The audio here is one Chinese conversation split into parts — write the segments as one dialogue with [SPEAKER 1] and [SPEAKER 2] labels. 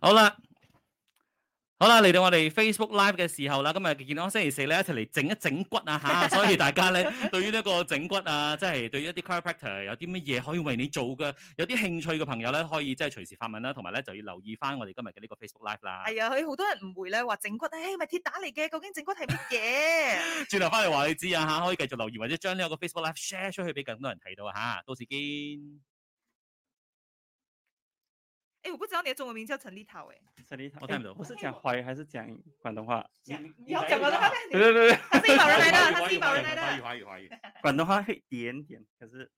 [SPEAKER 1] 好啦，好啦，嚟到我哋 Facebook Live 嘅時候啦，今日嘅健康星期四咧，一齊嚟整一整骨啊吓，所以大家咧對於呢個整骨啊，即係對於一啲 chiropractor 有啲乜嘢可以為你做嘅，有啲興趣嘅朋友咧，可以即係隨時發問啦，同埋咧就要留意翻我哋今日嘅呢個 Facebook Live 啦。
[SPEAKER 2] 係啊，佢好多人誤會咧，話整骨，誒咪鐵打嚟嘅，究竟整骨係乜 嘢？
[SPEAKER 1] 轉頭翻嚟話你知啊吓，可以繼續留言或者將呢個 Facebook Live share 出去俾更多人睇到啊吓，到時見。
[SPEAKER 2] 哎誒，我不知道你的中文名叫陳欸立陶誒，
[SPEAKER 3] 这里他
[SPEAKER 1] 我
[SPEAKER 3] 哎
[SPEAKER 1] 看不懂
[SPEAKER 3] 我是讲华语还是讲广东话？
[SPEAKER 2] 你要講廣東話咩？
[SPEAKER 3] 对对对， 对
[SPEAKER 2] 他是一保人來 的，他
[SPEAKER 4] 華
[SPEAKER 2] 是一
[SPEAKER 4] 語
[SPEAKER 2] 保
[SPEAKER 4] 華
[SPEAKER 2] 人來的。
[SPEAKER 4] 語華語華語
[SPEAKER 3] 广东话会一点点，可是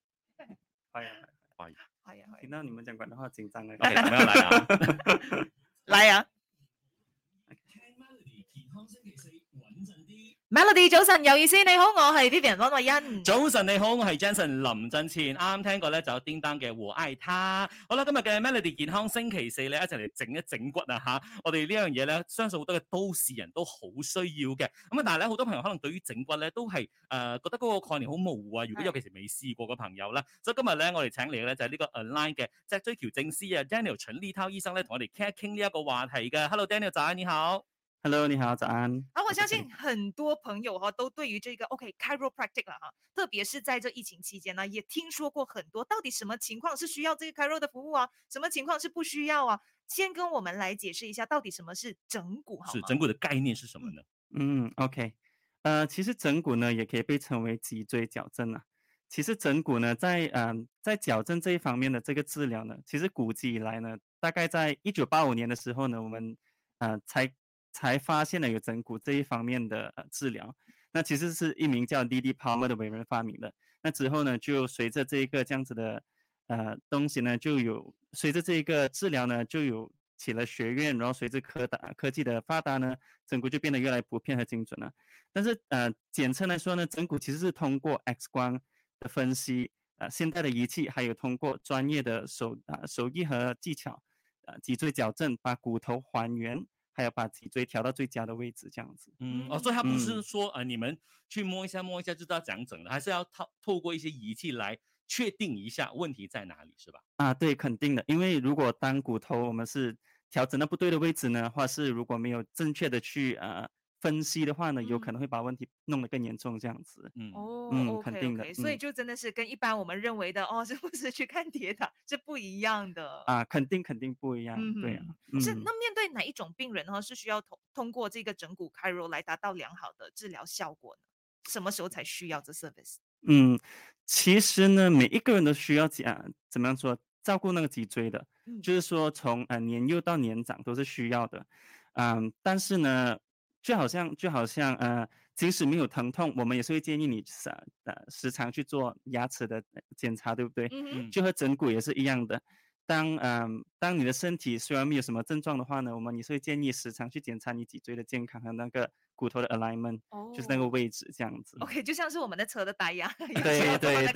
[SPEAKER 3] 华语
[SPEAKER 2] 係啊，係啊
[SPEAKER 3] 听到你们讲广东话紧张了。
[SPEAKER 1] OK，咁樣嚟啊。
[SPEAKER 2] 嚟啊！Melody 早晨有意思，你好，我係 Vivian 温慧欣。
[SPEAKER 1] 早晨你好，我係 Jason 林振前，啱啱聽過咧就有叮當嘅和愛他。好啦，今日嘅 Melody 健康星期四咧，一齊嚟整一整骨啊吓！我哋呢樣嘢咧，相信好多嘅都市人都好需要嘅。咁啊，但係咧好多朋友可能對於整骨咧都係誒、呃、覺得嗰個概念好模糊啊。如果
[SPEAKER 2] 係
[SPEAKER 1] 尤其是未試過嘅朋友啦，所以今日咧我哋請嚟嘅咧就係、呢個 online 嘅脊椎矯正師啊 Daniel 陳立滔醫生咧，同我哋傾一傾呢一個話題嘅。Hello Daniel，早安，你好。
[SPEAKER 3] Hello，你好，早安。
[SPEAKER 2] 好，啊我相信很多朋友哈、都对于这个 OK chiropractic 了哈，特别是在这疫情期间呢，也听说过很多，到底什么情况是需要这个 chiro 的服务啊，什么情况是不需要啊？先跟我们来解释一下，到底什么是整骨好
[SPEAKER 1] 是
[SPEAKER 2] 吗？
[SPEAKER 1] 整骨的概念是什么呢？
[SPEAKER 3] 嗯，OK，呃，其实整骨呢也可以被称为脊椎矫正啊。其实整骨呢，在呃在矫正这一方面的这个治疗呢，其实古籍以来呢，大概在一九八五年的时候呢，我们呃才才发现了有整骨这一方面的、呃、治疗。那其实是一名叫 D. D. Palmer 的伟人发明的。那之后呢，就随着这一个这样子的呃东西呢，就有随着这一个治疗呢，就有起了学院，然后随着科达科技的发达呢，整骨就变得越来越普遍和精准了。但是呃，简称来说呢，整骨其实是通过 X 光的分析，呃，现代的仪器，还有通过专业的手啊、手艺和技巧，呃，脊椎矫正，把骨头还原，还有把脊椎调到最佳的位置，这样子。
[SPEAKER 1] 嗯，哦，
[SPEAKER 2] 嗯
[SPEAKER 1] 所以它不是
[SPEAKER 3] 嗯
[SPEAKER 1] 说呃你们去摸一下摸一下就知道怎样整的，还是要透透过一些仪器来确定一下问题在哪里，是吧？
[SPEAKER 3] 啊，对，肯定的，因为如果当骨头我们是调整到不对的位置呢，或是如果没有正确的去呃分析的话呢，有可
[SPEAKER 2] 嗯
[SPEAKER 3] 能会把问题弄得更严重这样子。
[SPEAKER 1] 嗯，
[SPEAKER 2] 哦、
[SPEAKER 3] 嗯
[SPEAKER 2] o k
[SPEAKER 3] 肯定的
[SPEAKER 2] OK，所以
[SPEAKER 3] 嗯
[SPEAKER 2] 就真的是跟一般我们认为的哦， 是不是去看跌打是不一样的？
[SPEAKER 3] 啊，肯定肯定不一样，对啊，
[SPEAKER 2] 是
[SPEAKER 3] 嗯
[SPEAKER 2] 那面对哪一种病人呢？是需要通通过这个整骨 chiro 来达到良好的治疗效果呢？什么时候才需要这 service？
[SPEAKER 3] 嗯，其实呢，每一个人都需要讲、啊、怎么样说照顾那个脊椎的，
[SPEAKER 2] 嗯
[SPEAKER 3] 就是说从呃年幼到年长都是需要的，嗯，但是呢，就好像就好像呃，即使没有疼痛，我们也是会建议你时呃时常去做牙齿的呃检查，对不对？
[SPEAKER 2] 嗯哼
[SPEAKER 1] 嗯
[SPEAKER 3] 就和整骨也是一样的。当嗯、当你的身体虽然没有什么症状的话呢，我们也是会建议时常去检查你脊椎的健康和那个骨头的 alignment，
[SPEAKER 2] 哦
[SPEAKER 3] 嗯就是那个位置这样子。
[SPEAKER 2] OK，就像是我们的车的打 压，对
[SPEAKER 3] 对对对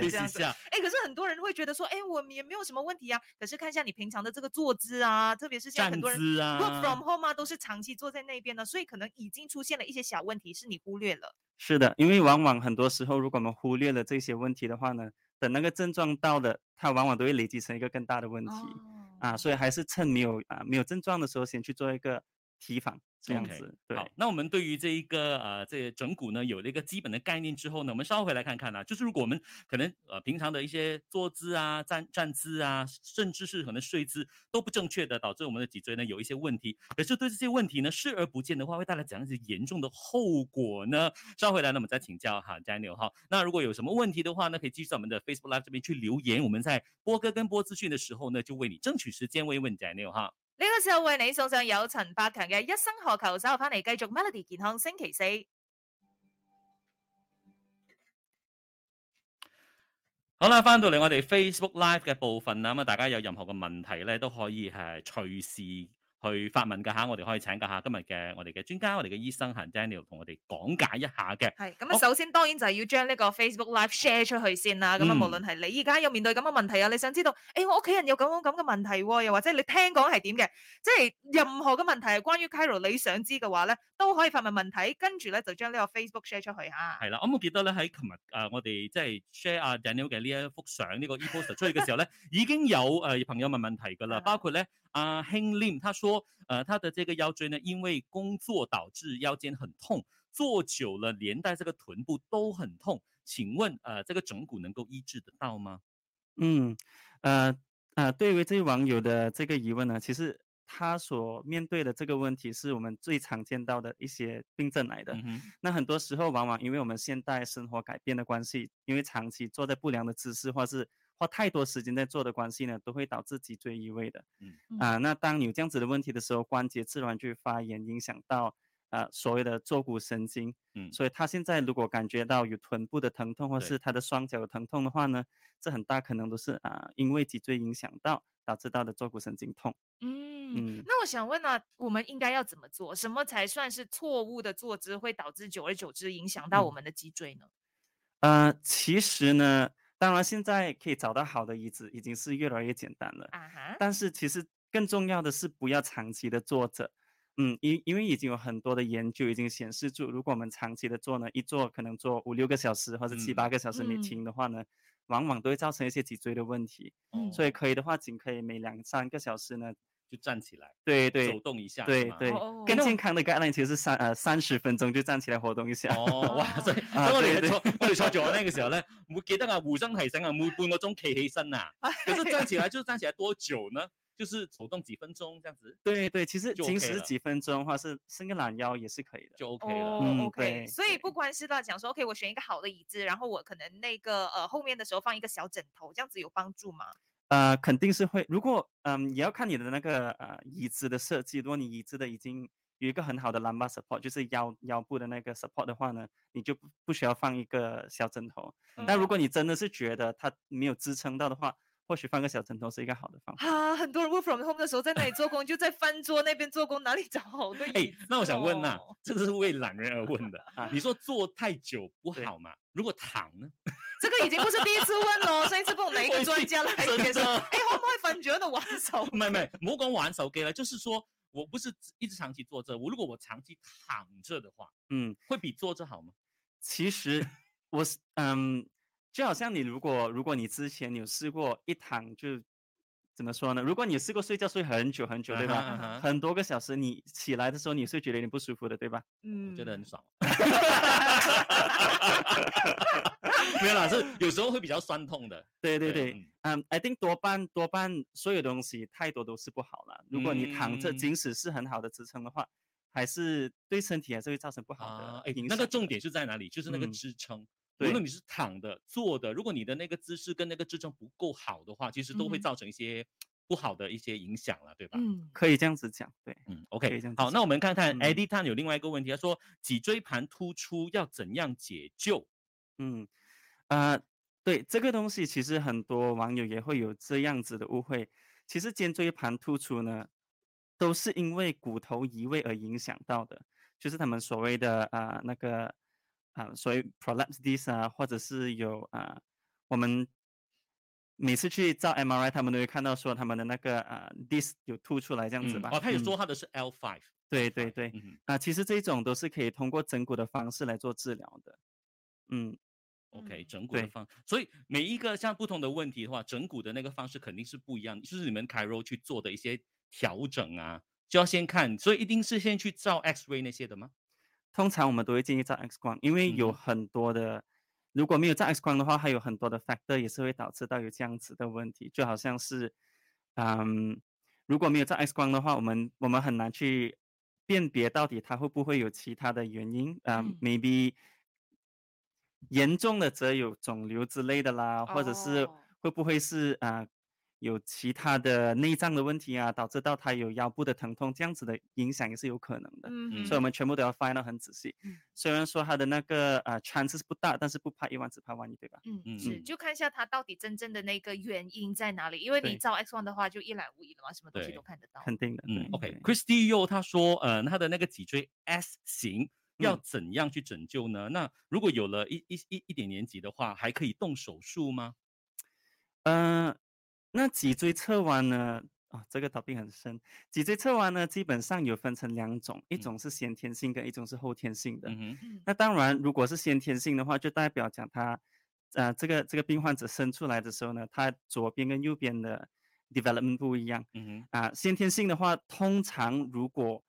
[SPEAKER 1] 对
[SPEAKER 2] 这样子。哎，可是很多人会觉得说，哎，我们也没有什么问题啊。可是看一下你平常的这个坐姿啊，特别是现在
[SPEAKER 1] 站
[SPEAKER 2] 很多人
[SPEAKER 1] 姿
[SPEAKER 2] work
[SPEAKER 1] 啊
[SPEAKER 2] from，home 啊，都是长期坐在那边的，所以可能已经出现了一些小问题，是你忽略了。
[SPEAKER 3] 是的，因为往往很多时候，如果我们忽略了这些问题的话呢，等那个症状到了，它往往都会累积成一个更大的问题、
[SPEAKER 1] 哦
[SPEAKER 3] 啊，所以还是趁没有啊没有症状的时候，先去做一个提防，这样
[SPEAKER 1] OK，
[SPEAKER 3] 子。
[SPEAKER 1] 好
[SPEAKER 3] 对，，
[SPEAKER 1] 那我们对于这一个呃这个整骨呢有了一个基本的概念之后呢，我们稍后回来看看啊，就是如果我们可能呃平常的一些坐姿啊、站站姿啊，甚至是可能睡姿都不正确的，导致我们的脊椎呢有一些问题。可是对这些问题呢视而不见的话，会带来怎样子严重的后果呢？稍后回来呢，我们再请教哈 Daniel 哈。那如果有什么问题的话呢，可以继续在我们的 Facebook Live 这边去留言，我们在播歌跟播资讯的时候呢，就为你争取时间慰问 Daniel 哈。
[SPEAKER 2] 呢个时候为你送上有陈百强嘅《一生何求》，稍后翻嚟继续 Melody 健康星期四。
[SPEAKER 1] 好啦，翻到嚟我哋 Facebook Live 嘅部分啦，咁啊，大家有任何嘅問題咧，都可以係隨時去發問㗎嚇，我哋可以請教下今日嘅我哋嘅專家，我哋嘅醫生行 Daniel 同我哋講解一下嘅。
[SPEAKER 2] 係咁啊，
[SPEAKER 1] 好
[SPEAKER 2] 首先當然就係要將呢個 Facebook Live share 出去先啦。咁啊，
[SPEAKER 1] 嗯
[SPEAKER 2] 無論係你而家有面對咁嘅問題啊，你想知道，诶、我屋企人有咁樣咁嘅問題喎，又或者你聽講係點嘅，即係任何嘅問題係關於 Cairo 你想知嘅話咧，都可以發問問題，跟住咧就將呢個 Facebook share 出去吓。
[SPEAKER 1] 係啦，咁我記得咧喺琴日誒，我哋即係 share 阿 Daniel 嘅呢一幅相呢 個 e-poster 出去嘅時候咧，已經有誒、呃朋友問問題㗎啦，
[SPEAKER 3] 啊
[SPEAKER 1] 包括咧阿 Heng Lim，他說誒、呃、他的這個腰椎呢，因為工作導致腰間很痛，坐久了連帶這個臀部都很痛。請問誒、呃、這個整骨能夠醫治得到嗎？
[SPEAKER 3] 嗯，呃呃，对于这位网友的这个疑问呢，其实他所面对的这个问题是我们最常见到的一些病症来的。
[SPEAKER 1] 嗯哼，
[SPEAKER 3] 那很多时候，往往因为我们现代生活改变的关系，因为长期坐在不良的姿势，或是花太多时间在做的关系呢，都会导致脊椎移位的。
[SPEAKER 2] 嗯
[SPEAKER 3] 啊、那当有这样子的问题的时候，关节自然就会发炎，影响到呃所谓的坐骨神经。
[SPEAKER 1] 嗯
[SPEAKER 3] 所以他现在如果感觉到有臀部的疼痛，或
[SPEAKER 1] 对
[SPEAKER 3] 是他的双脚有疼痛的话呢，这很大可能都是啊、因为脊椎影响到导致到的坐骨神经痛。
[SPEAKER 2] 嗯，
[SPEAKER 3] 嗯。
[SPEAKER 2] 那我想问呢、我们应该要怎么做？什么才算是错误的坐姿会导致久而久之影响到我
[SPEAKER 3] 嗯
[SPEAKER 2] 们的脊椎呢？
[SPEAKER 3] 呃，其实呢，当然现在可以找到好的椅子，已经是越来越简单了。
[SPEAKER 2] 啊哈，
[SPEAKER 3] 但是其实更重要的是不要长期的坐着。嗯，因因为已经有很多的研究已经显示出，如果我们长期的坐呢，一坐可能坐五六个小时或者七
[SPEAKER 1] 嗯
[SPEAKER 3] 八个小时每
[SPEAKER 2] 嗯
[SPEAKER 3] 停的话呢，往往都会造成一些脊椎的问题。
[SPEAKER 2] 嗯
[SPEAKER 3] 所以可以的话，仅可以每两三个小时呢，
[SPEAKER 1] 哦就站起来
[SPEAKER 3] 对
[SPEAKER 1] 走
[SPEAKER 3] 对
[SPEAKER 1] 动一下，是
[SPEAKER 3] 对
[SPEAKER 1] 吗
[SPEAKER 3] 对
[SPEAKER 2] 哦，
[SPEAKER 3] 更
[SPEAKER 2] 那
[SPEAKER 3] 健康的概念其实是三呃三十分钟就站起来活动一下。
[SPEAKER 1] 哦， 哇！所以所以
[SPEAKER 3] 啊
[SPEAKER 1] 我哋
[SPEAKER 3] 對對
[SPEAKER 1] 坐我哋坐住咧嘅時候咧，會記得啊，互相提醒啊，每半個鐘企起身 啊。
[SPEAKER 3] 哎
[SPEAKER 1] 可是站起來就是站起來多久呢？就是走動幾分鐘這樣子
[SPEAKER 3] 对对，其实
[SPEAKER 1] 就
[SPEAKER 3] 平
[SPEAKER 1] OK
[SPEAKER 3] 时
[SPEAKER 1] 了
[SPEAKER 3] 几分钟或是伸个懒腰也是可以的。
[SPEAKER 1] 就 OK
[SPEAKER 2] 哦
[SPEAKER 1] 了。
[SPEAKER 3] 嗯
[SPEAKER 2] o k
[SPEAKER 3] 对
[SPEAKER 2] 所以
[SPEAKER 3] 对
[SPEAKER 2] 不管是到讲说，OK，我选一个好的椅子，然后我可能那个呃后面的时候放一个小枕头，这样子有帮助吗？
[SPEAKER 3] 呃，肯定是会。如果嗯，也要看你的那个呃椅子的设计。如果你椅子的已经有一个很好的 lumbar support，就是腰腰部的那个 support 的话呢，你就不不需要放一个小枕头。但如
[SPEAKER 2] 嗯
[SPEAKER 3] 果你真的是觉得它没有支撑到的话，或许放个小枕头是一个好的方法。
[SPEAKER 2] 啊，很多人 work from home 的时候在那里做工，就在翻桌那边做工，哪里找好的
[SPEAKER 1] 哎、
[SPEAKER 2] 椅子
[SPEAKER 1] 那我想問啊
[SPEAKER 2] 哦，
[SPEAKER 1] 這個是為懶人而問的
[SPEAKER 3] 啊。
[SPEAKER 1] 你說坐太久不
[SPEAKER 3] 對
[SPEAKER 1] 好嘛？如果躺呢？
[SPEAKER 2] 这个已经不是第一次问咯，上一次问哪一
[SPEAKER 1] 我
[SPEAKER 2] 个
[SPEAKER 1] 已
[SPEAKER 2] 专
[SPEAKER 1] 經
[SPEAKER 2] 家来
[SPEAKER 1] 真
[SPEAKER 2] 解释，
[SPEAKER 1] 的
[SPEAKER 2] 哎，可唔可以瞓住喺度玩手
[SPEAKER 1] 唔係唔係，唔好講玩手機啦，就是說我不是一直長期坐着，我如果我長期躺着的話，
[SPEAKER 3] 嗯，
[SPEAKER 1] 會比坐着好嗎？
[SPEAKER 3] 其实我是嗯，就好像你如果如果你之前有试过一躺就怎么说呢？如果你试过睡觉睡很久很久，对吧？
[SPEAKER 1] 啊哈啊哈
[SPEAKER 3] 很多个小时，你起来的时候你是觉得有点不舒服的，对吧？
[SPEAKER 2] 嗯
[SPEAKER 1] 我觉得很 爽。没有啦，是有时候会比较酸痛的。
[SPEAKER 3] 对对对，
[SPEAKER 1] 嗯
[SPEAKER 3] 嗯、i think 多半多半所有东西太多都是不好了。如果你躺着，
[SPEAKER 1] 嗯
[SPEAKER 3] 即使是很好的支撑的话，还是对身体还是会造成不好
[SPEAKER 1] 啊
[SPEAKER 3] 的，
[SPEAKER 1] 哎
[SPEAKER 3] 影响
[SPEAKER 1] 那
[SPEAKER 3] 的、，
[SPEAKER 1] 个重点是在哪里？就是那个
[SPEAKER 3] 嗯
[SPEAKER 1] 支撑。无
[SPEAKER 3] 对
[SPEAKER 1] 论你是躺的、坐的，如果你的那个姿势跟那个支撑不够好的话，其实都会
[SPEAKER 2] 嗯哼
[SPEAKER 1] 造成一些不好的一些影响了，对吧？
[SPEAKER 2] 嗯，
[SPEAKER 3] 可以这样子讲，对。
[SPEAKER 1] 嗯
[SPEAKER 3] 可
[SPEAKER 1] ，OK，
[SPEAKER 3] 以这样子
[SPEAKER 1] 好，那我们看看
[SPEAKER 3] 嗯
[SPEAKER 1] Eddie 他有另外一个问题，他说脊椎盘突出要怎样解救？
[SPEAKER 3] 嗯，啊，对这个东西，其实很多网友也会有这样子的误会。其实肩椎盘突出呢，都是因为骨头移位而影响到的，就是他们所谓的啊、那个啊、所谓 prolapse disc 啊，或者是有啊、我们每次去照 MRI，他们都会看到说他们的那个啊、disc 有凸出来这样子
[SPEAKER 1] 嗯
[SPEAKER 3] 吧？
[SPEAKER 1] 哦，他有
[SPEAKER 3] 嗯
[SPEAKER 1] 说他的是 L five，
[SPEAKER 3] 对对对
[SPEAKER 1] 嗯哼
[SPEAKER 3] 啊、其实这种都是可以通过整骨的方式来做治疗的。嗯，
[SPEAKER 1] ，OK，
[SPEAKER 2] 嗯
[SPEAKER 1] 整骨的
[SPEAKER 3] 对
[SPEAKER 1] 方，所以每一个像不同的问题的话，整骨的那个方式肯定是不一样，就是你们 c a r o 去做的一些调整啊，就要先看，所以一定是先去照 X-ray 那些的吗？
[SPEAKER 3] 通常我们都会建议照 X 光，因为有
[SPEAKER 1] 嗯哼
[SPEAKER 3] 很多的，如果没有照 X 光的话，还有很多的 factor 也是会导致到有这样子的问题，就好像是，嗯，如果没有照 X 光的话，我们我们很难去辨别到底它会不会有其他的原因，嗯
[SPEAKER 2] 嗯
[SPEAKER 3] m a y b e 严重的则有肿瘤之类的啦，或者是
[SPEAKER 2] 哦
[SPEAKER 3] 会不会是啊、呃有其他的内脏的问题啊，导致到他有腰部的疼痛，这样子的影响也是有可能的。
[SPEAKER 2] 嗯
[SPEAKER 3] 所以我
[SPEAKER 2] 哼，
[SPEAKER 3] 们全部都要翻到很仔细
[SPEAKER 2] 嗯。
[SPEAKER 3] 虽然说他的那个呃 chances 不大，但是不怕一万，只怕万一，对吧？
[SPEAKER 2] 嗯，
[SPEAKER 1] 嗯
[SPEAKER 2] 是，
[SPEAKER 3] 嗯
[SPEAKER 2] 就看一下他到底真正的那个原因在哪里，因为你
[SPEAKER 3] 对
[SPEAKER 2] 照 X 光的话就一览无遗了嘛，什么东西
[SPEAKER 1] 对
[SPEAKER 2] 都看得到。
[SPEAKER 3] 肯定的。
[SPEAKER 1] 嗯
[SPEAKER 3] 对对
[SPEAKER 1] ，OK，Christy、又他说，呃，他的那个脊椎 S 型要
[SPEAKER 3] 嗯
[SPEAKER 1] 怎样去拯救呢？那如果有了一一一一点年级的话，还可以动手术吗？
[SPEAKER 3] 呃，那脊椎侧弯呢？啊、这个 topic 很深。脊椎侧弯呢，基本上有分成两种，一
[SPEAKER 1] 嗯
[SPEAKER 3] 种是先天性跟一种是后天性的。
[SPEAKER 1] 嗯哼，
[SPEAKER 2] 嗯
[SPEAKER 3] 那当然，如果是先天性的话，就代表讲他，呃，这个这个病患者生出来的时候呢，他左边跟右边的 development 不一样
[SPEAKER 1] 嗯哼，
[SPEAKER 3] 啊、先天性的话，通常如果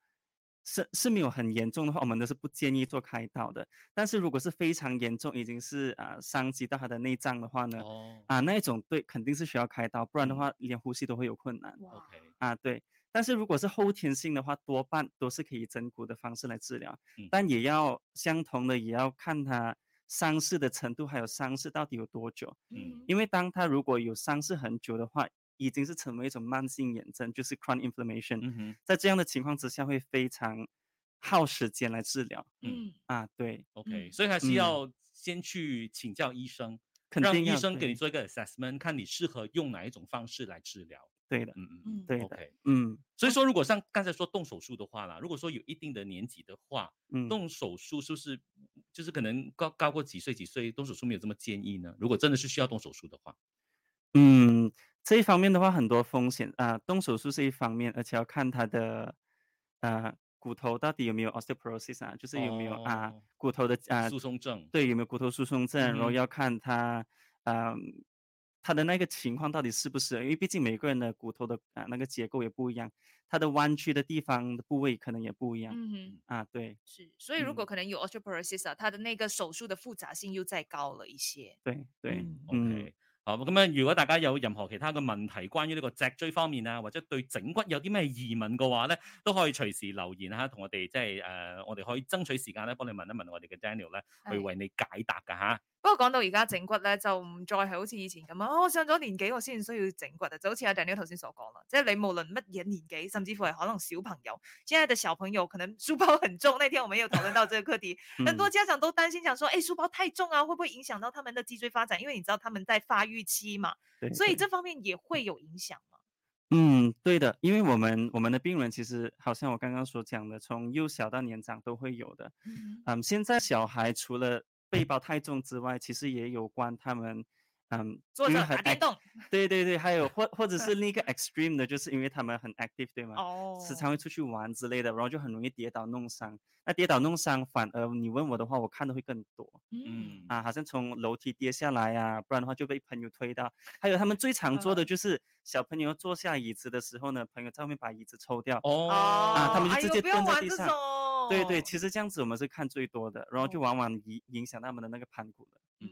[SPEAKER 3] 是是没有很严重的话，我们都是不建议做开刀的。但是如果是非常严重，已经是啊、伤及到他的内脏的话呢，
[SPEAKER 1] 哦
[SPEAKER 3] 啊，那一种对，肯定是需要开刀，不然
[SPEAKER 1] 嗯
[SPEAKER 3] 的话连呼吸都会有困难
[SPEAKER 2] 哇，
[SPEAKER 1] ，OK，
[SPEAKER 3] 啊。对，但是如果是后天性的话，多半都是可以针骨的方式来治疗，
[SPEAKER 1] 嗯
[SPEAKER 3] 但也要相同的，也要看他伤势的程度，还有伤势到底有多久。
[SPEAKER 1] 嗯
[SPEAKER 3] 因为当他如果有伤势很久的话，已经是成为一种慢性炎症，就是 chronic inflammation，、
[SPEAKER 1] 嗯哼
[SPEAKER 3] 在这样的情况之下会非常耗时间来治疗
[SPEAKER 1] 嗯
[SPEAKER 2] 嗯
[SPEAKER 3] 啊。对，
[SPEAKER 1] ，OK，
[SPEAKER 2] 嗯
[SPEAKER 1] 所以还是
[SPEAKER 3] 嗯
[SPEAKER 1] 要先去请教医生，
[SPEAKER 3] 肯
[SPEAKER 1] 让
[SPEAKER 3] 定
[SPEAKER 1] 医
[SPEAKER 3] 要
[SPEAKER 1] 生给
[SPEAKER 3] 对
[SPEAKER 1] 你做一个 assessment，看你适合用哪一种方式来治疗。
[SPEAKER 3] 对的，
[SPEAKER 1] 嗯嗯嗯
[SPEAKER 2] 嗯，
[SPEAKER 3] 对的，
[SPEAKER 1] ，OK。
[SPEAKER 3] 嗯
[SPEAKER 1] 所以说，如果像刚才说动手术的话啦，如果说有一定的年纪的话，
[SPEAKER 3] 嗯。
[SPEAKER 1] 动手术是不是就是可能高高过几岁几岁动手术没有这么建议呢？如果真的是需要动手术的话，
[SPEAKER 3] 嗯，这一方面的话，很多风险啊、动手术是一方面，而且要看他的呃骨头到底有没有 osteoporosis 啊，就是有没有啊、
[SPEAKER 1] 哦
[SPEAKER 3] 骨头的啊、
[SPEAKER 1] 疏松症
[SPEAKER 3] 对，有没有骨头疏松症，然
[SPEAKER 1] 嗯
[SPEAKER 3] 后
[SPEAKER 1] 哼
[SPEAKER 3] 要看他啊、他的那个情况到底适不适合，因为毕竟每个人的骨头的啊、那个结构也不一样，它的弯曲的地方的部位可能也不一样、
[SPEAKER 2] 嗯哼，
[SPEAKER 3] 啊，对
[SPEAKER 2] 是，所以如果
[SPEAKER 3] 嗯
[SPEAKER 2] 可能有 osteoporosis 啊，它的那个手术的复杂性又再高了一些。
[SPEAKER 3] 对对，
[SPEAKER 2] 嗯
[SPEAKER 3] 嗯
[SPEAKER 1] ，OK。好，咁樣如果大家有任何其他嘅問題，關於呢個脊椎方面啊，或者對整骨有啲咩疑問嘅話咧，都可以隨時留言嚇，同我哋即係誒，我哋可以爭取時間咧，幫你問一問我哋嘅 Daniel 咧，去
[SPEAKER 2] 係
[SPEAKER 1] 為你解答㗎嚇。
[SPEAKER 2] 哎不過講到而家整骨咧，就唔再係好似以前咁啊！哦我上咗年紀，我先需要整骨啊，就好似阿 Daniel 頭先所講啦，即係你無論乜嘢年紀，甚至乎係可能小朋友，現在的小朋友可能書包很重。那天我們也有討論到這個課題，很多
[SPEAKER 3] 嗯
[SPEAKER 2] 家長都擔心，想說，誒、書包太重啊，會不會影響到他們的脊椎發展？因為你知道他們在發育期嘛，
[SPEAKER 3] 对
[SPEAKER 2] 所以
[SPEAKER 3] 对
[SPEAKER 2] 這方面也會有影響嘛。
[SPEAKER 3] 嗯，对的，因为我们我们的病人其实好像我刚刚所讲的，从幼小到年长都会有的。
[SPEAKER 2] 嗯
[SPEAKER 3] 嗯，现在小孩除了背包太重之外，其实也有关他们，嗯，
[SPEAKER 2] 坐
[SPEAKER 3] 因为
[SPEAKER 2] 着
[SPEAKER 3] 很
[SPEAKER 2] 打電
[SPEAKER 3] act-
[SPEAKER 2] 動，
[SPEAKER 3] 对对对，还有或或者是另一个 extreme 的，就是因为他们很 active，对吗？
[SPEAKER 2] 哦，
[SPEAKER 3] 时常会出去玩之类的，然后就很容易跌倒弄伤。那跌倒弄伤，反而你问我的话，我看的会更多。
[SPEAKER 2] 嗯，
[SPEAKER 3] 啊，好像从楼梯跌下来呀、不然的话就被朋友推到。还有他们最常做的就是小朋友坐下椅子的时候呢，朋友在后面把椅子抽掉。
[SPEAKER 1] 哦，
[SPEAKER 2] 哦，
[SPEAKER 3] 啊他們就
[SPEAKER 2] 哎
[SPEAKER 3] 直
[SPEAKER 2] 呦
[SPEAKER 3] 接
[SPEAKER 2] 不要
[SPEAKER 3] 蹲在
[SPEAKER 2] 玩
[SPEAKER 3] 地
[SPEAKER 2] 這
[SPEAKER 3] 上
[SPEAKER 2] 種，
[SPEAKER 3] 对对，其实这样子我们是看最多的，然后就
[SPEAKER 2] 哦
[SPEAKER 3] 往往影影响到他们的那个盘骨的。
[SPEAKER 1] 嗯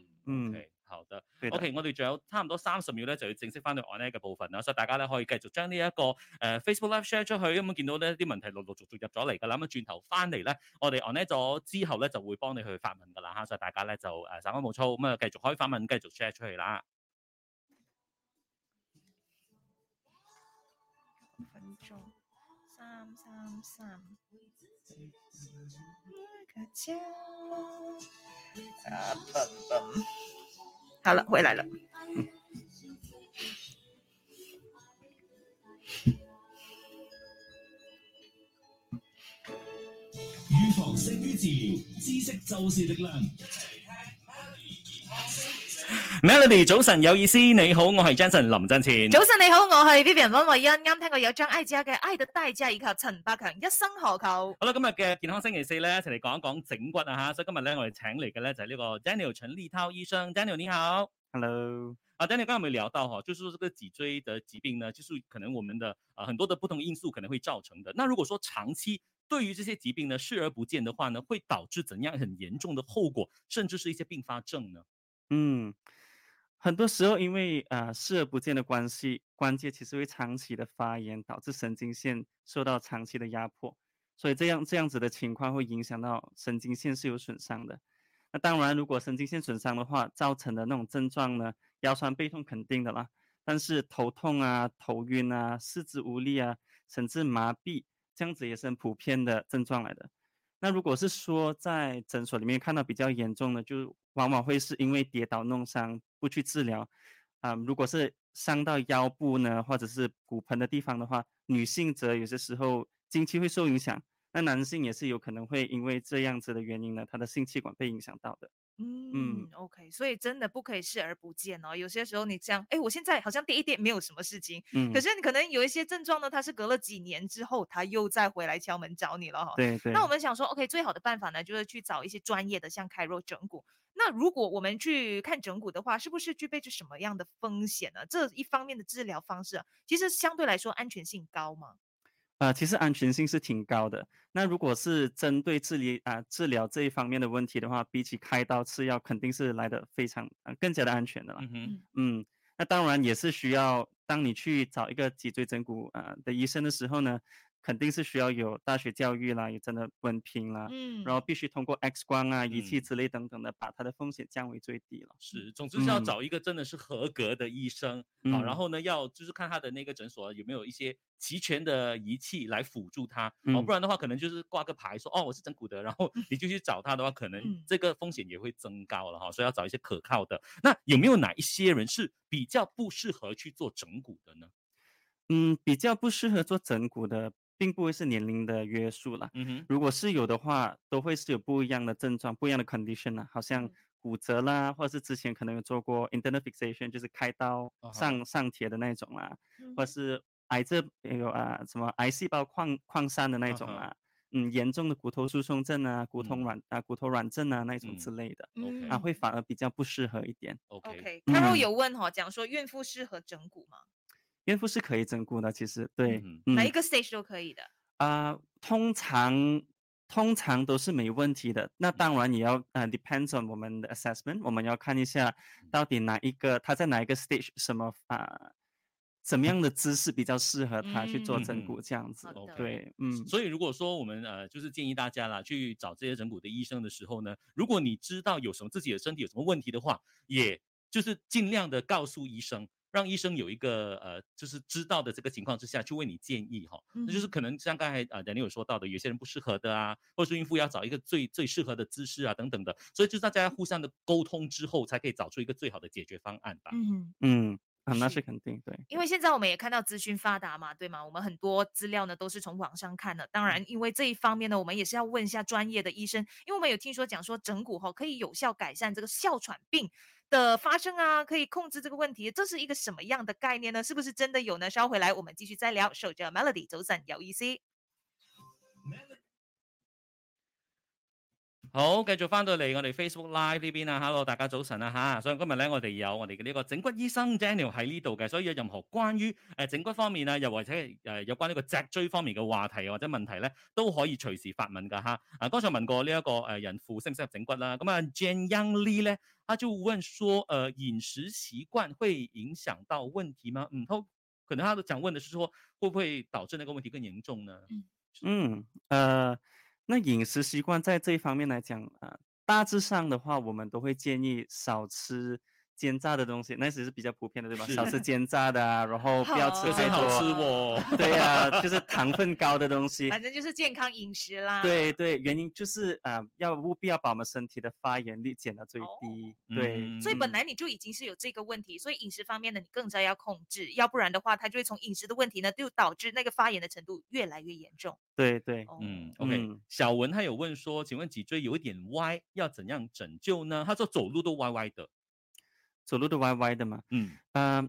[SPEAKER 3] 嗯
[SPEAKER 1] ，OK，好的。
[SPEAKER 3] 对的
[SPEAKER 1] O.K. 我哋仲有差唔多三十秒咧，就要正式翻到 on air 嘅部分啦，所以大家咧可以繼續將呢、一個誒、呃 Facebook Live share 出去，咁、見到呢啲問題陸陸續續入咗嚟㗎啦，咁啊轉頭翻嚟咧，我哋 on air 咗之後咧就會幫你去發問㗎啦嚇，所以大家咧就誒稍安勿躁，咁啊繼續可以發問，繼續 share 出去啦。
[SPEAKER 2] 五分鐘，三三三。那個家啊不不 好了，回来了。
[SPEAKER 3] 嗯
[SPEAKER 4] 預防勝於治療，知識就是力量。
[SPEAKER 1] Melody 早晨有意思，你好，我係 Jason 林振前。
[SPEAKER 2] 早晨你好，我係 Vivian 温慧欣，啱聽過有張艾嘉嘅《愛的代價》，以及陳百強《一生何求》。
[SPEAKER 1] 好啦，今日嘅健康星期四咧，一齊嚟講一講整骨啊嚇，所以今日咧我哋請嚟嘅咧就係、呢個 Daniel 陳立滔醫生，Daniel 你好。
[SPEAKER 3] Hello，
[SPEAKER 1] 啊，丹尼刚才我们聊到哈，就是说这个脊椎的疾病呢，就是可能我们的啊、呃很多的不同因素可能会造成的。那如果说长期对于这些疾病呢视而不见的话呢，会导致怎样很严重的后果，甚至是一些并发症呢？
[SPEAKER 3] 嗯，很多时候因为呃视而不见的关系，关节其实会长期的发炎，导致神经线受到长期的压迫，所以这样这样子的情况会影响到神经线是有损伤的。那当然，如果神经线损伤的话，造成的那种症状呢，腰酸背痛肯定的啦。但是头痛啊、头晕啊、四肢无力啊，甚至麻痹，这样子也是很普遍的症状来的。那如果是说在诊所里面看到比较严重的，就往往会是因为跌倒弄伤不去治疗，啊、如果是伤到腰部呢，或者是骨盆的地方的话，女性则有些时候经期会受影响，那男性也是有可能会因为这样子的原因呢，他的性器官被影响到的。
[SPEAKER 2] 嗯，OK，所以真的不可以视而不见哦。有些时候你这样，哎，我现在好像跌一跌没有什么事情，
[SPEAKER 3] 嗯，
[SPEAKER 2] 可是你可能有一些症状呢，它是隔了几年之后，它又再回来敲门找你了哈、
[SPEAKER 3] 对对，
[SPEAKER 2] 那我们想说，OK，最好的办法呢，就是去找一些专业的，像开肉整骨。那如果我们去看整骨的话，是不是具备着什么样的风险呢？这一方面的治疗方式、啊，其实相对来说安全性高嘛。
[SPEAKER 3] 啊、其实安全性是挺高的。那如果是针对治理啊、治疗这一方面的问题的话，比起开刀吃药，肯定是来的非常、呃、更加的安全的啦。
[SPEAKER 1] 嗯哼，
[SPEAKER 3] 嗯，那当然也是需要，当你去找一个脊椎整骨啊、呃的医生的时候呢，肯定是需要有大学教育啦，有真的文凭啦，
[SPEAKER 2] 嗯，
[SPEAKER 3] 啊然后必须通过 X 光啊、仪器
[SPEAKER 1] 嗯
[SPEAKER 3] 之类等等的，把它的风险降为最低了。
[SPEAKER 1] 是，总之是要
[SPEAKER 3] 嗯
[SPEAKER 1] 找一个真的是合格的医生啊，然
[SPEAKER 3] 嗯
[SPEAKER 1] 后呢，要就是看他的那个诊所有没有一些齐全的仪器来辅助他，哦，
[SPEAKER 3] 嗯
[SPEAKER 1] 不然的话可能就是挂个牌说哦我是整骨的，然后你就去找他的话，可能
[SPEAKER 2] 嗯
[SPEAKER 1] 这个风险也会增高了哈，所以要找一些可靠的。那有没有哪一些人是比较不适合去做整骨的呢？
[SPEAKER 3] 嗯，比较不适合做整骨的，并不会是年龄的约束啦。
[SPEAKER 1] 嗯哼，
[SPEAKER 3] 如果是有的话，都会是有不一样的症状、不一样的 condition 啦，好像
[SPEAKER 2] 嗯
[SPEAKER 3] 骨折啦，或者是之前可能有做过 internal fixation，就是开刀
[SPEAKER 1] 啊哈
[SPEAKER 3] 上、上贴的那种啦，或
[SPEAKER 2] 嗯
[SPEAKER 3] 是癌症也有啊什么癌细胞扩扩散的那
[SPEAKER 1] 啊
[SPEAKER 3] 种
[SPEAKER 1] 哈
[SPEAKER 3] 啦，嗯，严重的骨头疏松症啊、骨头
[SPEAKER 1] 嗯
[SPEAKER 3] 软、啊、骨头软症啊那种之
[SPEAKER 1] 嗯
[SPEAKER 3] 类的、
[SPEAKER 1] ，OK
[SPEAKER 3] 啊，会反而比较不适合一点。
[SPEAKER 1] OK，
[SPEAKER 2] OK。Carol
[SPEAKER 3] 嗯
[SPEAKER 2] 有问哈、讲说孕妇适合整骨吗？
[SPEAKER 3] 孕妇是可以整骨的，其实对，
[SPEAKER 1] 嗯
[SPEAKER 3] 嗯
[SPEAKER 2] 哪一个 stage 都可以的。
[SPEAKER 3] 啊、通常通常都是没问题的。那
[SPEAKER 1] 嗯
[SPEAKER 3] 当然也要呃，depends on 我们的 assessment，我们要看一下
[SPEAKER 1] 嗯
[SPEAKER 3] 到底哪一个他在哪一个 stage，什么啊、怎么样的姿势比较适合他去做
[SPEAKER 1] 嗯
[SPEAKER 3] 整
[SPEAKER 1] 嗯
[SPEAKER 3] 骨这样子
[SPEAKER 2] 好。的
[SPEAKER 3] 对，嗯
[SPEAKER 1] 所以如果说我们呃，就是建议大家啦，去找这些整骨的医生的时候呢，如果你知道有什么自己的身体有什么问题的话，也就是尽量的告诉医生。让医生有一个呃，就是知道的这个情况之下去为你建议哈，那就是
[SPEAKER 2] 嗯
[SPEAKER 1] 可能像刚才啊，呃 Daniel 有说到的，有些人不适合的啊，或者是孕妇要找一个最最适合的姿势啊等等的，所以就是大家互相的沟通之后，才可以找出一个最好的解决方案吧。
[SPEAKER 2] 嗯，
[SPEAKER 3] 嗯啊，那
[SPEAKER 2] 是
[SPEAKER 3] 是肯定对。
[SPEAKER 2] 因为现在我们也看到资讯发达嘛，对吗？我们很多资料呢都是从网上看的。
[SPEAKER 3] 嗯
[SPEAKER 2] 当然，因为这一方面呢，我们也是要问一下专业的医生，因为我们有听说讲说整骨哈可以有效改善这个哮喘病的发生啊，可以控制这个问题，这是一个什么样的概念呢？是不是真的有呢？稍回来我们继续再聊。守着 Melody 走散有意思。
[SPEAKER 1] 好，繼續翻到嚟我哋 Facebook Live 呢邊啊，Hello，大家早晨啊吓，所以今日咧我哋有我哋嘅呢個整骨醫生 Daniel 喺呢度嘅，所以有任何關於誒整骨方面啊，又或者係誒有關呢個脊椎方面嘅話題或者問題咧，都可以隨時發問噶吓。啊，剛才問過呢、一個誒、呃孕婦適唔適合整骨啦，咁啊 Jan Young Lee 咧，他就問說，呃，飲食習慣會影響到問題嗎？嗯，他可能他都想問的是說，會不會導致那個問題更嚴重呢？
[SPEAKER 3] 嗯，呃，那饮食习惯在这一方面来讲，啊、大致上的话，我们都会建议少吃煎炸的东西，那其实是比较普遍的，对吧？少
[SPEAKER 1] 是
[SPEAKER 3] 吃煎炸的啊，然后不要
[SPEAKER 2] 好
[SPEAKER 3] 吃
[SPEAKER 1] 非
[SPEAKER 3] 太
[SPEAKER 1] 常好吃
[SPEAKER 3] 多，
[SPEAKER 1] 喎。
[SPEAKER 3] 对呀、就是糖分高的东 西。
[SPEAKER 2] 反正就是健康饮食啦。
[SPEAKER 3] 对对，原因就是啊、呃要务必要把我们身体的发炎率减到最
[SPEAKER 2] 哦
[SPEAKER 3] 低。对，
[SPEAKER 1] 嗯
[SPEAKER 2] 所以本
[SPEAKER 3] 嗯
[SPEAKER 2] 来你就已经是有这个问题，所以饮食方面呢，你更加要控制，要不然的话，它就会从饮食的问题呢，就导致那个发炎的程度越来越严重。
[SPEAKER 3] 对对，
[SPEAKER 2] 哦
[SPEAKER 1] 嗯，OK，
[SPEAKER 3] 嗯
[SPEAKER 1] 小文他有问说，请问脊椎有一点歪，要怎样拯救呢？他说走路都歪歪的，
[SPEAKER 3] 走路都歪歪的嘛。
[SPEAKER 1] 嗯
[SPEAKER 3] 呃，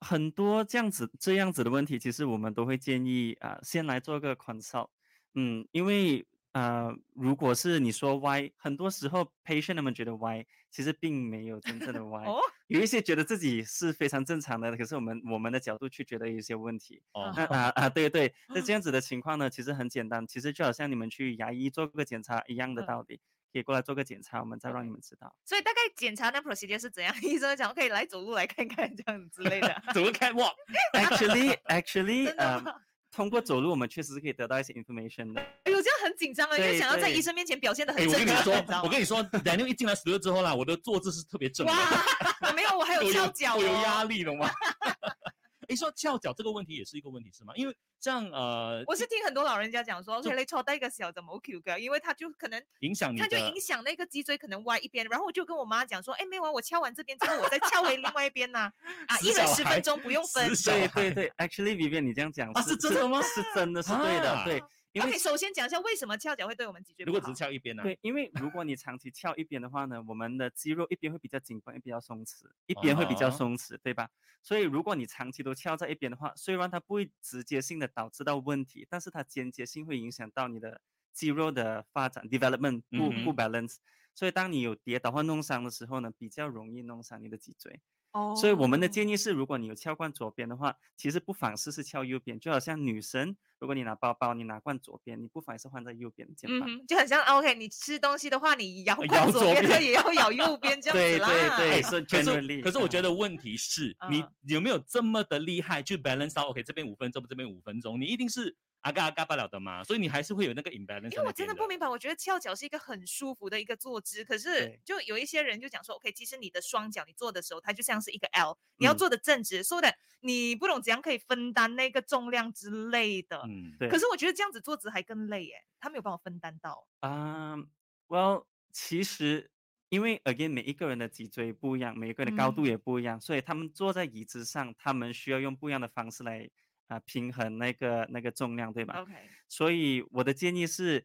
[SPEAKER 3] 很多这样子这样子的问题，其实我们都会建议啊、先来做个 consult。嗯，因为呃，如果是你说歪，很多时候 patient 他们觉得歪，其实并没有 真正的歪。
[SPEAKER 2] 哦，
[SPEAKER 3] 有一些觉得自己是非常正常的，可是我们我们的角度去觉得有一些问题。
[SPEAKER 1] 哦，
[SPEAKER 3] 那啊啊，对对，那这 样子的情况呢，其实很简单，其实就好像你们去牙医做个检查一样的
[SPEAKER 2] 嗯
[SPEAKER 3] 道理，可以过来做个检查，我们再让你们知道。
[SPEAKER 2] 所以大概检查那 procedure 是怎样？医生讲可以来走路来看看这样之类的
[SPEAKER 1] 走个 catwalk，
[SPEAKER 3] Actually, actually，
[SPEAKER 2] 真的
[SPEAKER 3] 嗯
[SPEAKER 2] 吗，？
[SPEAKER 3] 通过走路，我们确实是可以得到一些 information 的。
[SPEAKER 2] 哎呦，这样很紧张啊，就
[SPEAKER 3] 对
[SPEAKER 2] 想要在医
[SPEAKER 3] 对
[SPEAKER 2] 生面前表现的很
[SPEAKER 1] 哎，我
[SPEAKER 2] 正
[SPEAKER 1] 跟你
[SPEAKER 2] 常，
[SPEAKER 1] 说
[SPEAKER 2] 知，道
[SPEAKER 1] 我
[SPEAKER 2] 吗
[SPEAKER 1] 跟你说，Daniel 一进来 studio 之后啦，我的坐姿是特别正的，
[SPEAKER 2] 哇，没有，我还有
[SPEAKER 1] 我
[SPEAKER 2] 翘
[SPEAKER 1] 有
[SPEAKER 2] 脚
[SPEAKER 1] 我有
[SPEAKER 2] 哦
[SPEAKER 1] 压力了吗？ 诶，说翘脚这个问题也是一个问题是吗？因为像呃，
[SPEAKER 2] 我是听很多老人家讲说，哎
[SPEAKER 1] 就嗯
[SPEAKER 2] 你坐低嘅时候就冇翘脚，因为他就可能
[SPEAKER 1] 影响你
[SPEAKER 2] 他
[SPEAKER 1] 的
[SPEAKER 2] 就影响那个脊椎可能歪一边，然后我就跟我妈讲说，哎，没完，我敲完这边之后，我再敲回另外一边 呐、啊，
[SPEAKER 1] 死
[SPEAKER 2] 一人
[SPEAKER 1] 小
[SPEAKER 2] 十
[SPEAKER 1] 孩
[SPEAKER 2] 分钟不用分
[SPEAKER 1] 死。小
[SPEAKER 3] 对
[SPEAKER 1] 孩
[SPEAKER 3] 对对，actually Vivian 你这样讲
[SPEAKER 1] 啊是真的吗
[SPEAKER 3] 是真的是对的，
[SPEAKER 1] 啊
[SPEAKER 3] 对，因为
[SPEAKER 2] OK，首先讲一下为什么翘脚会对我们脊椎
[SPEAKER 1] 如
[SPEAKER 2] 不
[SPEAKER 1] 果只
[SPEAKER 2] 好
[SPEAKER 1] 是。翘一边啊呢、
[SPEAKER 3] 对，因为如果你长期翘一边的话呢，我们的肌肉一边会比较紧绷，一边比较松弛，一边会比较
[SPEAKER 1] 哦
[SPEAKER 3] 松弛，对吧？所以如果你长期都翘在一边的话，虽然它不会直接性的导致到问题，但是它间接性会影响到你的肌肉的发展 development 不
[SPEAKER 1] 嗯
[SPEAKER 3] 不
[SPEAKER 1] 哼
[SPEAKER 3] balance。所以当你有跌倒或弄伤的时候呢，比较容易弄伤你的脊椎。
[SPEAKER 2] 哦
[SPEAKER 3] 所以我们的建议是，如果你有撬惯左边的话，其实不妨试试撬右边。就好像女生，如果你拿包包，你拿惯左边，你不妨也是换在右边的肩
[SPEAKER 2] 嗯
[SPEAKER 3] 膀。
[SPEAKER 2] 哼，就很像 OK，你吃东西的话，你
[SPEAKER 3] 呃
[SPEAKER 2] 咬
[SPEAKER 1] 咬
[SPEAKER 2] 惯左
[SPEAKER 1] 左
[SPEAKER 2] 边的
[SPEAKER 1] 边
[SPEAKER 2] 也要咬右边这样
[SPEAKER 3] 对
[SPEAKER 2] 子啦。
[SPEAKER 3] 对对，
[SPEAKER 1] 哎
[SPEAKER 3] 是
[SPEAKER 1] 可
[SPEAKER 3] generally
[SPEAKER 1] 是，可是我觉
[SPEAKER 3] 嗯
[SPEAKER 1] 得问题是、
[SPEAKER 2] 嗯
[SPEAKER 1] 你有没有这么的厉害去 balance out？OK，、这边五分钟，这边五分钟，你一定是阿嘎阿嘎不了的嘛，所以你还是会有那个 imbalance 在那边。
[SPEAKER 2] 因为我真的不明白，我觉得翘脚是一个很舒服的一个坐姿，可是
[SPEAKER 3] 对
[SPEAKER 2] 就有一些人就讲说，OK，其实你的双脚你坐的时候，它就像是一个 L，你要
[SPEAKER 3] 嗯
[SPEAKER 2] 坐的正直，说的、你不懂怎样可以分担那个重量之类的。
[SPEAKER 1] 嗯，
[SPEAKER 3] 对
[SPEAKER 2] 可是我觉得这样子坐姿还更累耶，他没有帮我分担到。
[SPEAKER 3] 啊、w e l l 其实因为 again 每一个人的脊椎不一样，每一个人的高度
[SPEAKER 2] 嗯
[SPEAKER 3] 也不一样，所以他们坐在椅子上，他们需要用不一样的方式来啊、平衡那个那个重量，对吧？
[SPEAKER 2] OK，
[SPEAKER 3] 所以我的建议是，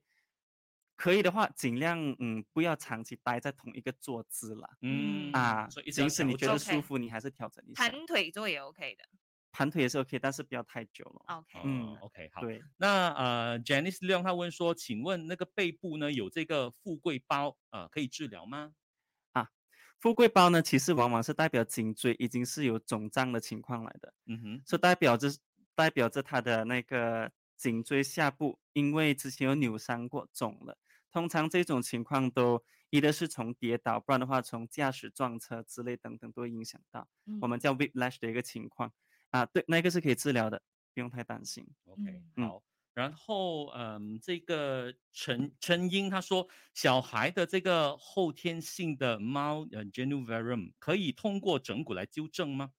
[SPEAKER 3] 可以的话，尽量嗯不要长期待在同一个坐姿啦。
[SPEAKER 1] 嗯
[SPEAKER 3] 啊
[SPEAKER 1] 所以，一直要
[SPEAKER 3] 即使你
[SPEAKER 1] 调
[SPEAKER 3] 觉
[SPEAKER 1] 整
[SPEAKER 3] 得
[SPEAKER 2] 整
[SPEAKER 3] 舒服，你还是调整一下。
[SPEAKER 2] 盘腿坐也 OK 的。
[SPEAKER 3] 盘腿也是 OK，但是不要太久了。
[SPEAKER 2] OK，、
[SPEAKER 1] 嗯
[SPEAKER 3] 嗯
[SPEAKER 1] ，OK，好。
[SPEAKER 3] 对，
[SPEAKER 1] 那呃，Janice Leong 他问说，请问那个背部呢有这个富贵包呃可以治疗吗？
[SPEAKER 3] 富贵包呢，其实往往是代表颈椎已经是有肿胀的情况来的。
[SPEAKER 1] 嗯哼，
[SPEAKER 3] 是代表着代表着他的那个颈椎下部，因为之前有扭伤过肿了。通常这种情况都一的是从跌倒，不然的话从驾驶撞车之类等等都会影响到，
[SPEAKER 2] 嗯
[SPEAKER 3] 我们叫 whiplash 的一个情况啊。对，那个是可以治疗的，不用太担心。
[SPEAKER 1] OK，、
[SPEAKER 3] 嗯
[SPEAKER 1] 好。然后，嗯，这个陈陈英他说，小孩的这个后天性的猫呃 genuvarum 可以通过整骨来纠正吗？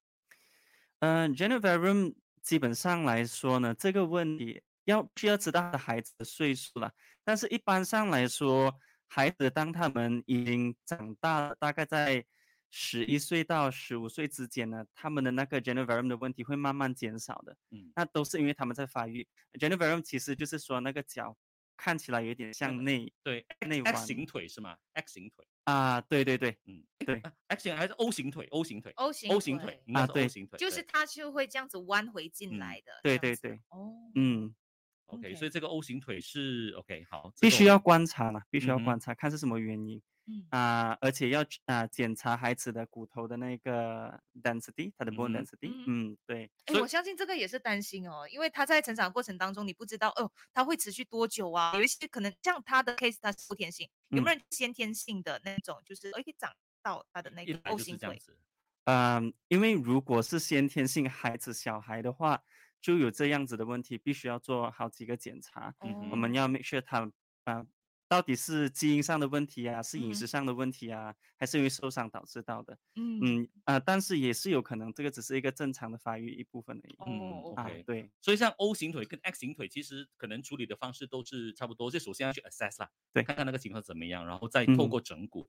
[SPEAKER 3] 嗯 g e n i v e r u m 基本上来说呢，这个问题要需要知道他的孩子的岁数了。但是一般上来说，孩子当他们已经长大了，大概在十一岁到十五岁之间呢，他们的那个 g e n i v e r u m 的问题会慢慢减少的。
[SPEAKER 1] 嗯，
[SPEAKER 3] 那都是因为他们在发育。g e n i v e r u m 其实就是说那个脚看起来有点
[SPEAKER 1] 的
[SPEAKER 3] 向内
[SPEAKER 1] 对
[SPEAKER 3] 内
[SPEAKER 1] X
[SPEAKER 3] 弯
[SPEAKER 1] 型腿是吗？X 型腿，
[SPEAKER 3] 啊，对对对，
[SPEAKER 1] 嗯，
[SPEAKER 3] 对
[SPEAKER 1] 啊，X 型还是 O 型腿？O 型腿
[SPEAKER 2] O 型
[SPEAKER 1] ，O 型腿应该
[SPEAKER 3] 啊
[SPEAKER 1] 是 O
[SPEAKER 3] 对
[SPEAKER 1] 型腿，
[SPEAKER 2] 就
[SPEAKER 1] 对
[SPEAKER 2] 是它就会这样子弯回进
[SPEAKER 1] 嗯
[SPEAKER 2] 来的。
[SPEAKER 3] 对
[SPEAKER 2] 这样
[SPEAKER 3] 对
[SPEAKER 2] 子
[SPEAKER 3] 对
[SPEAKER 2] 哦，
[SPEAKER 3] 嗯，
[SPEAKER 1] OK，所以这个 O 型腿是 OK 好，这
[SPEAKER 3] 必
[SPEAKER 1] 个
[SPEAKER 3] 须
[SPEAKER 1] 我
[SPEAKER 3] 要观察了，必须要
[SPEAKER 1] 嗯哼
[SPEAKER 3] 观察，看是什么原因。
[SPEAKER 2] 嗯
[SPEAKER 3] 啊、而且要去啊、检查孩子的骨头的那个 density，它的 bone
[SPEAKER 1] 嗯
[SPEAKER 3] density
[SPEAKER 2] 嗯。
[SPEAKER 3] 嗯，对，
[SPEAKER 2] 哎、
[SPEAKER 1] 所以
[SPEAKER 2] 我相信这个也是担心哦，因为他在成长过程当中，你不知道哦，他会持续多久啊？有一些可能像他的 case，他是后天性，有
[SPEAKER 3] 嗯
[SPEAKER 2] 没有人先天性的那种，就是哎可以长到他的那
[SPEAKER 1] 一
[SPEAKER 2] 个
[SPEAKER 1] 来
[SPEAKER 2] O
[SPEAKER 1] 就是
[SPEAKER 2] 型
[SPEAKER 1] 这样
[SPEAKER 2] 腿？
[SPEAKER 1] 子。
[SPEAKER 3] 嗯、因为如果是先天性孩子小孩的话，就有这样子的问题，必须要做好几个检查。
[SPEAKER 1] 嗯哼
[SPEAKER 3] 我们
[SPEAKER 2] 哦
[SPEAKER 3] 要 make sure 他啊、到底是基因上的问题啊，是饮
[SPEAKER 2] 嗯
[SPEAKER 3] 食上的问题啊，还是因为受伤导致到的？
[SPEAKER 2] 嗯
[SPEAKER 3] 嗯啊、但是也是有可能，这个只是一个正常的发育一部分而已。
[SPEAKER 2] 哦
[SPEAKER 3] 啊
[SPEAKER 1] OK，
[SPEAKER 3] 对
[SPEAKER 1] 所以像 O 型腿跟 X 型腿，其实可能处理的方式都是差不多，就首先要去 assess 啦，
[SPEAKER 3] 对
[SPEAKER 1] 看看那个情况怎么样，然后再透
[SPEAKER 3] 嗯
[SPEAKER 1] 过整骨。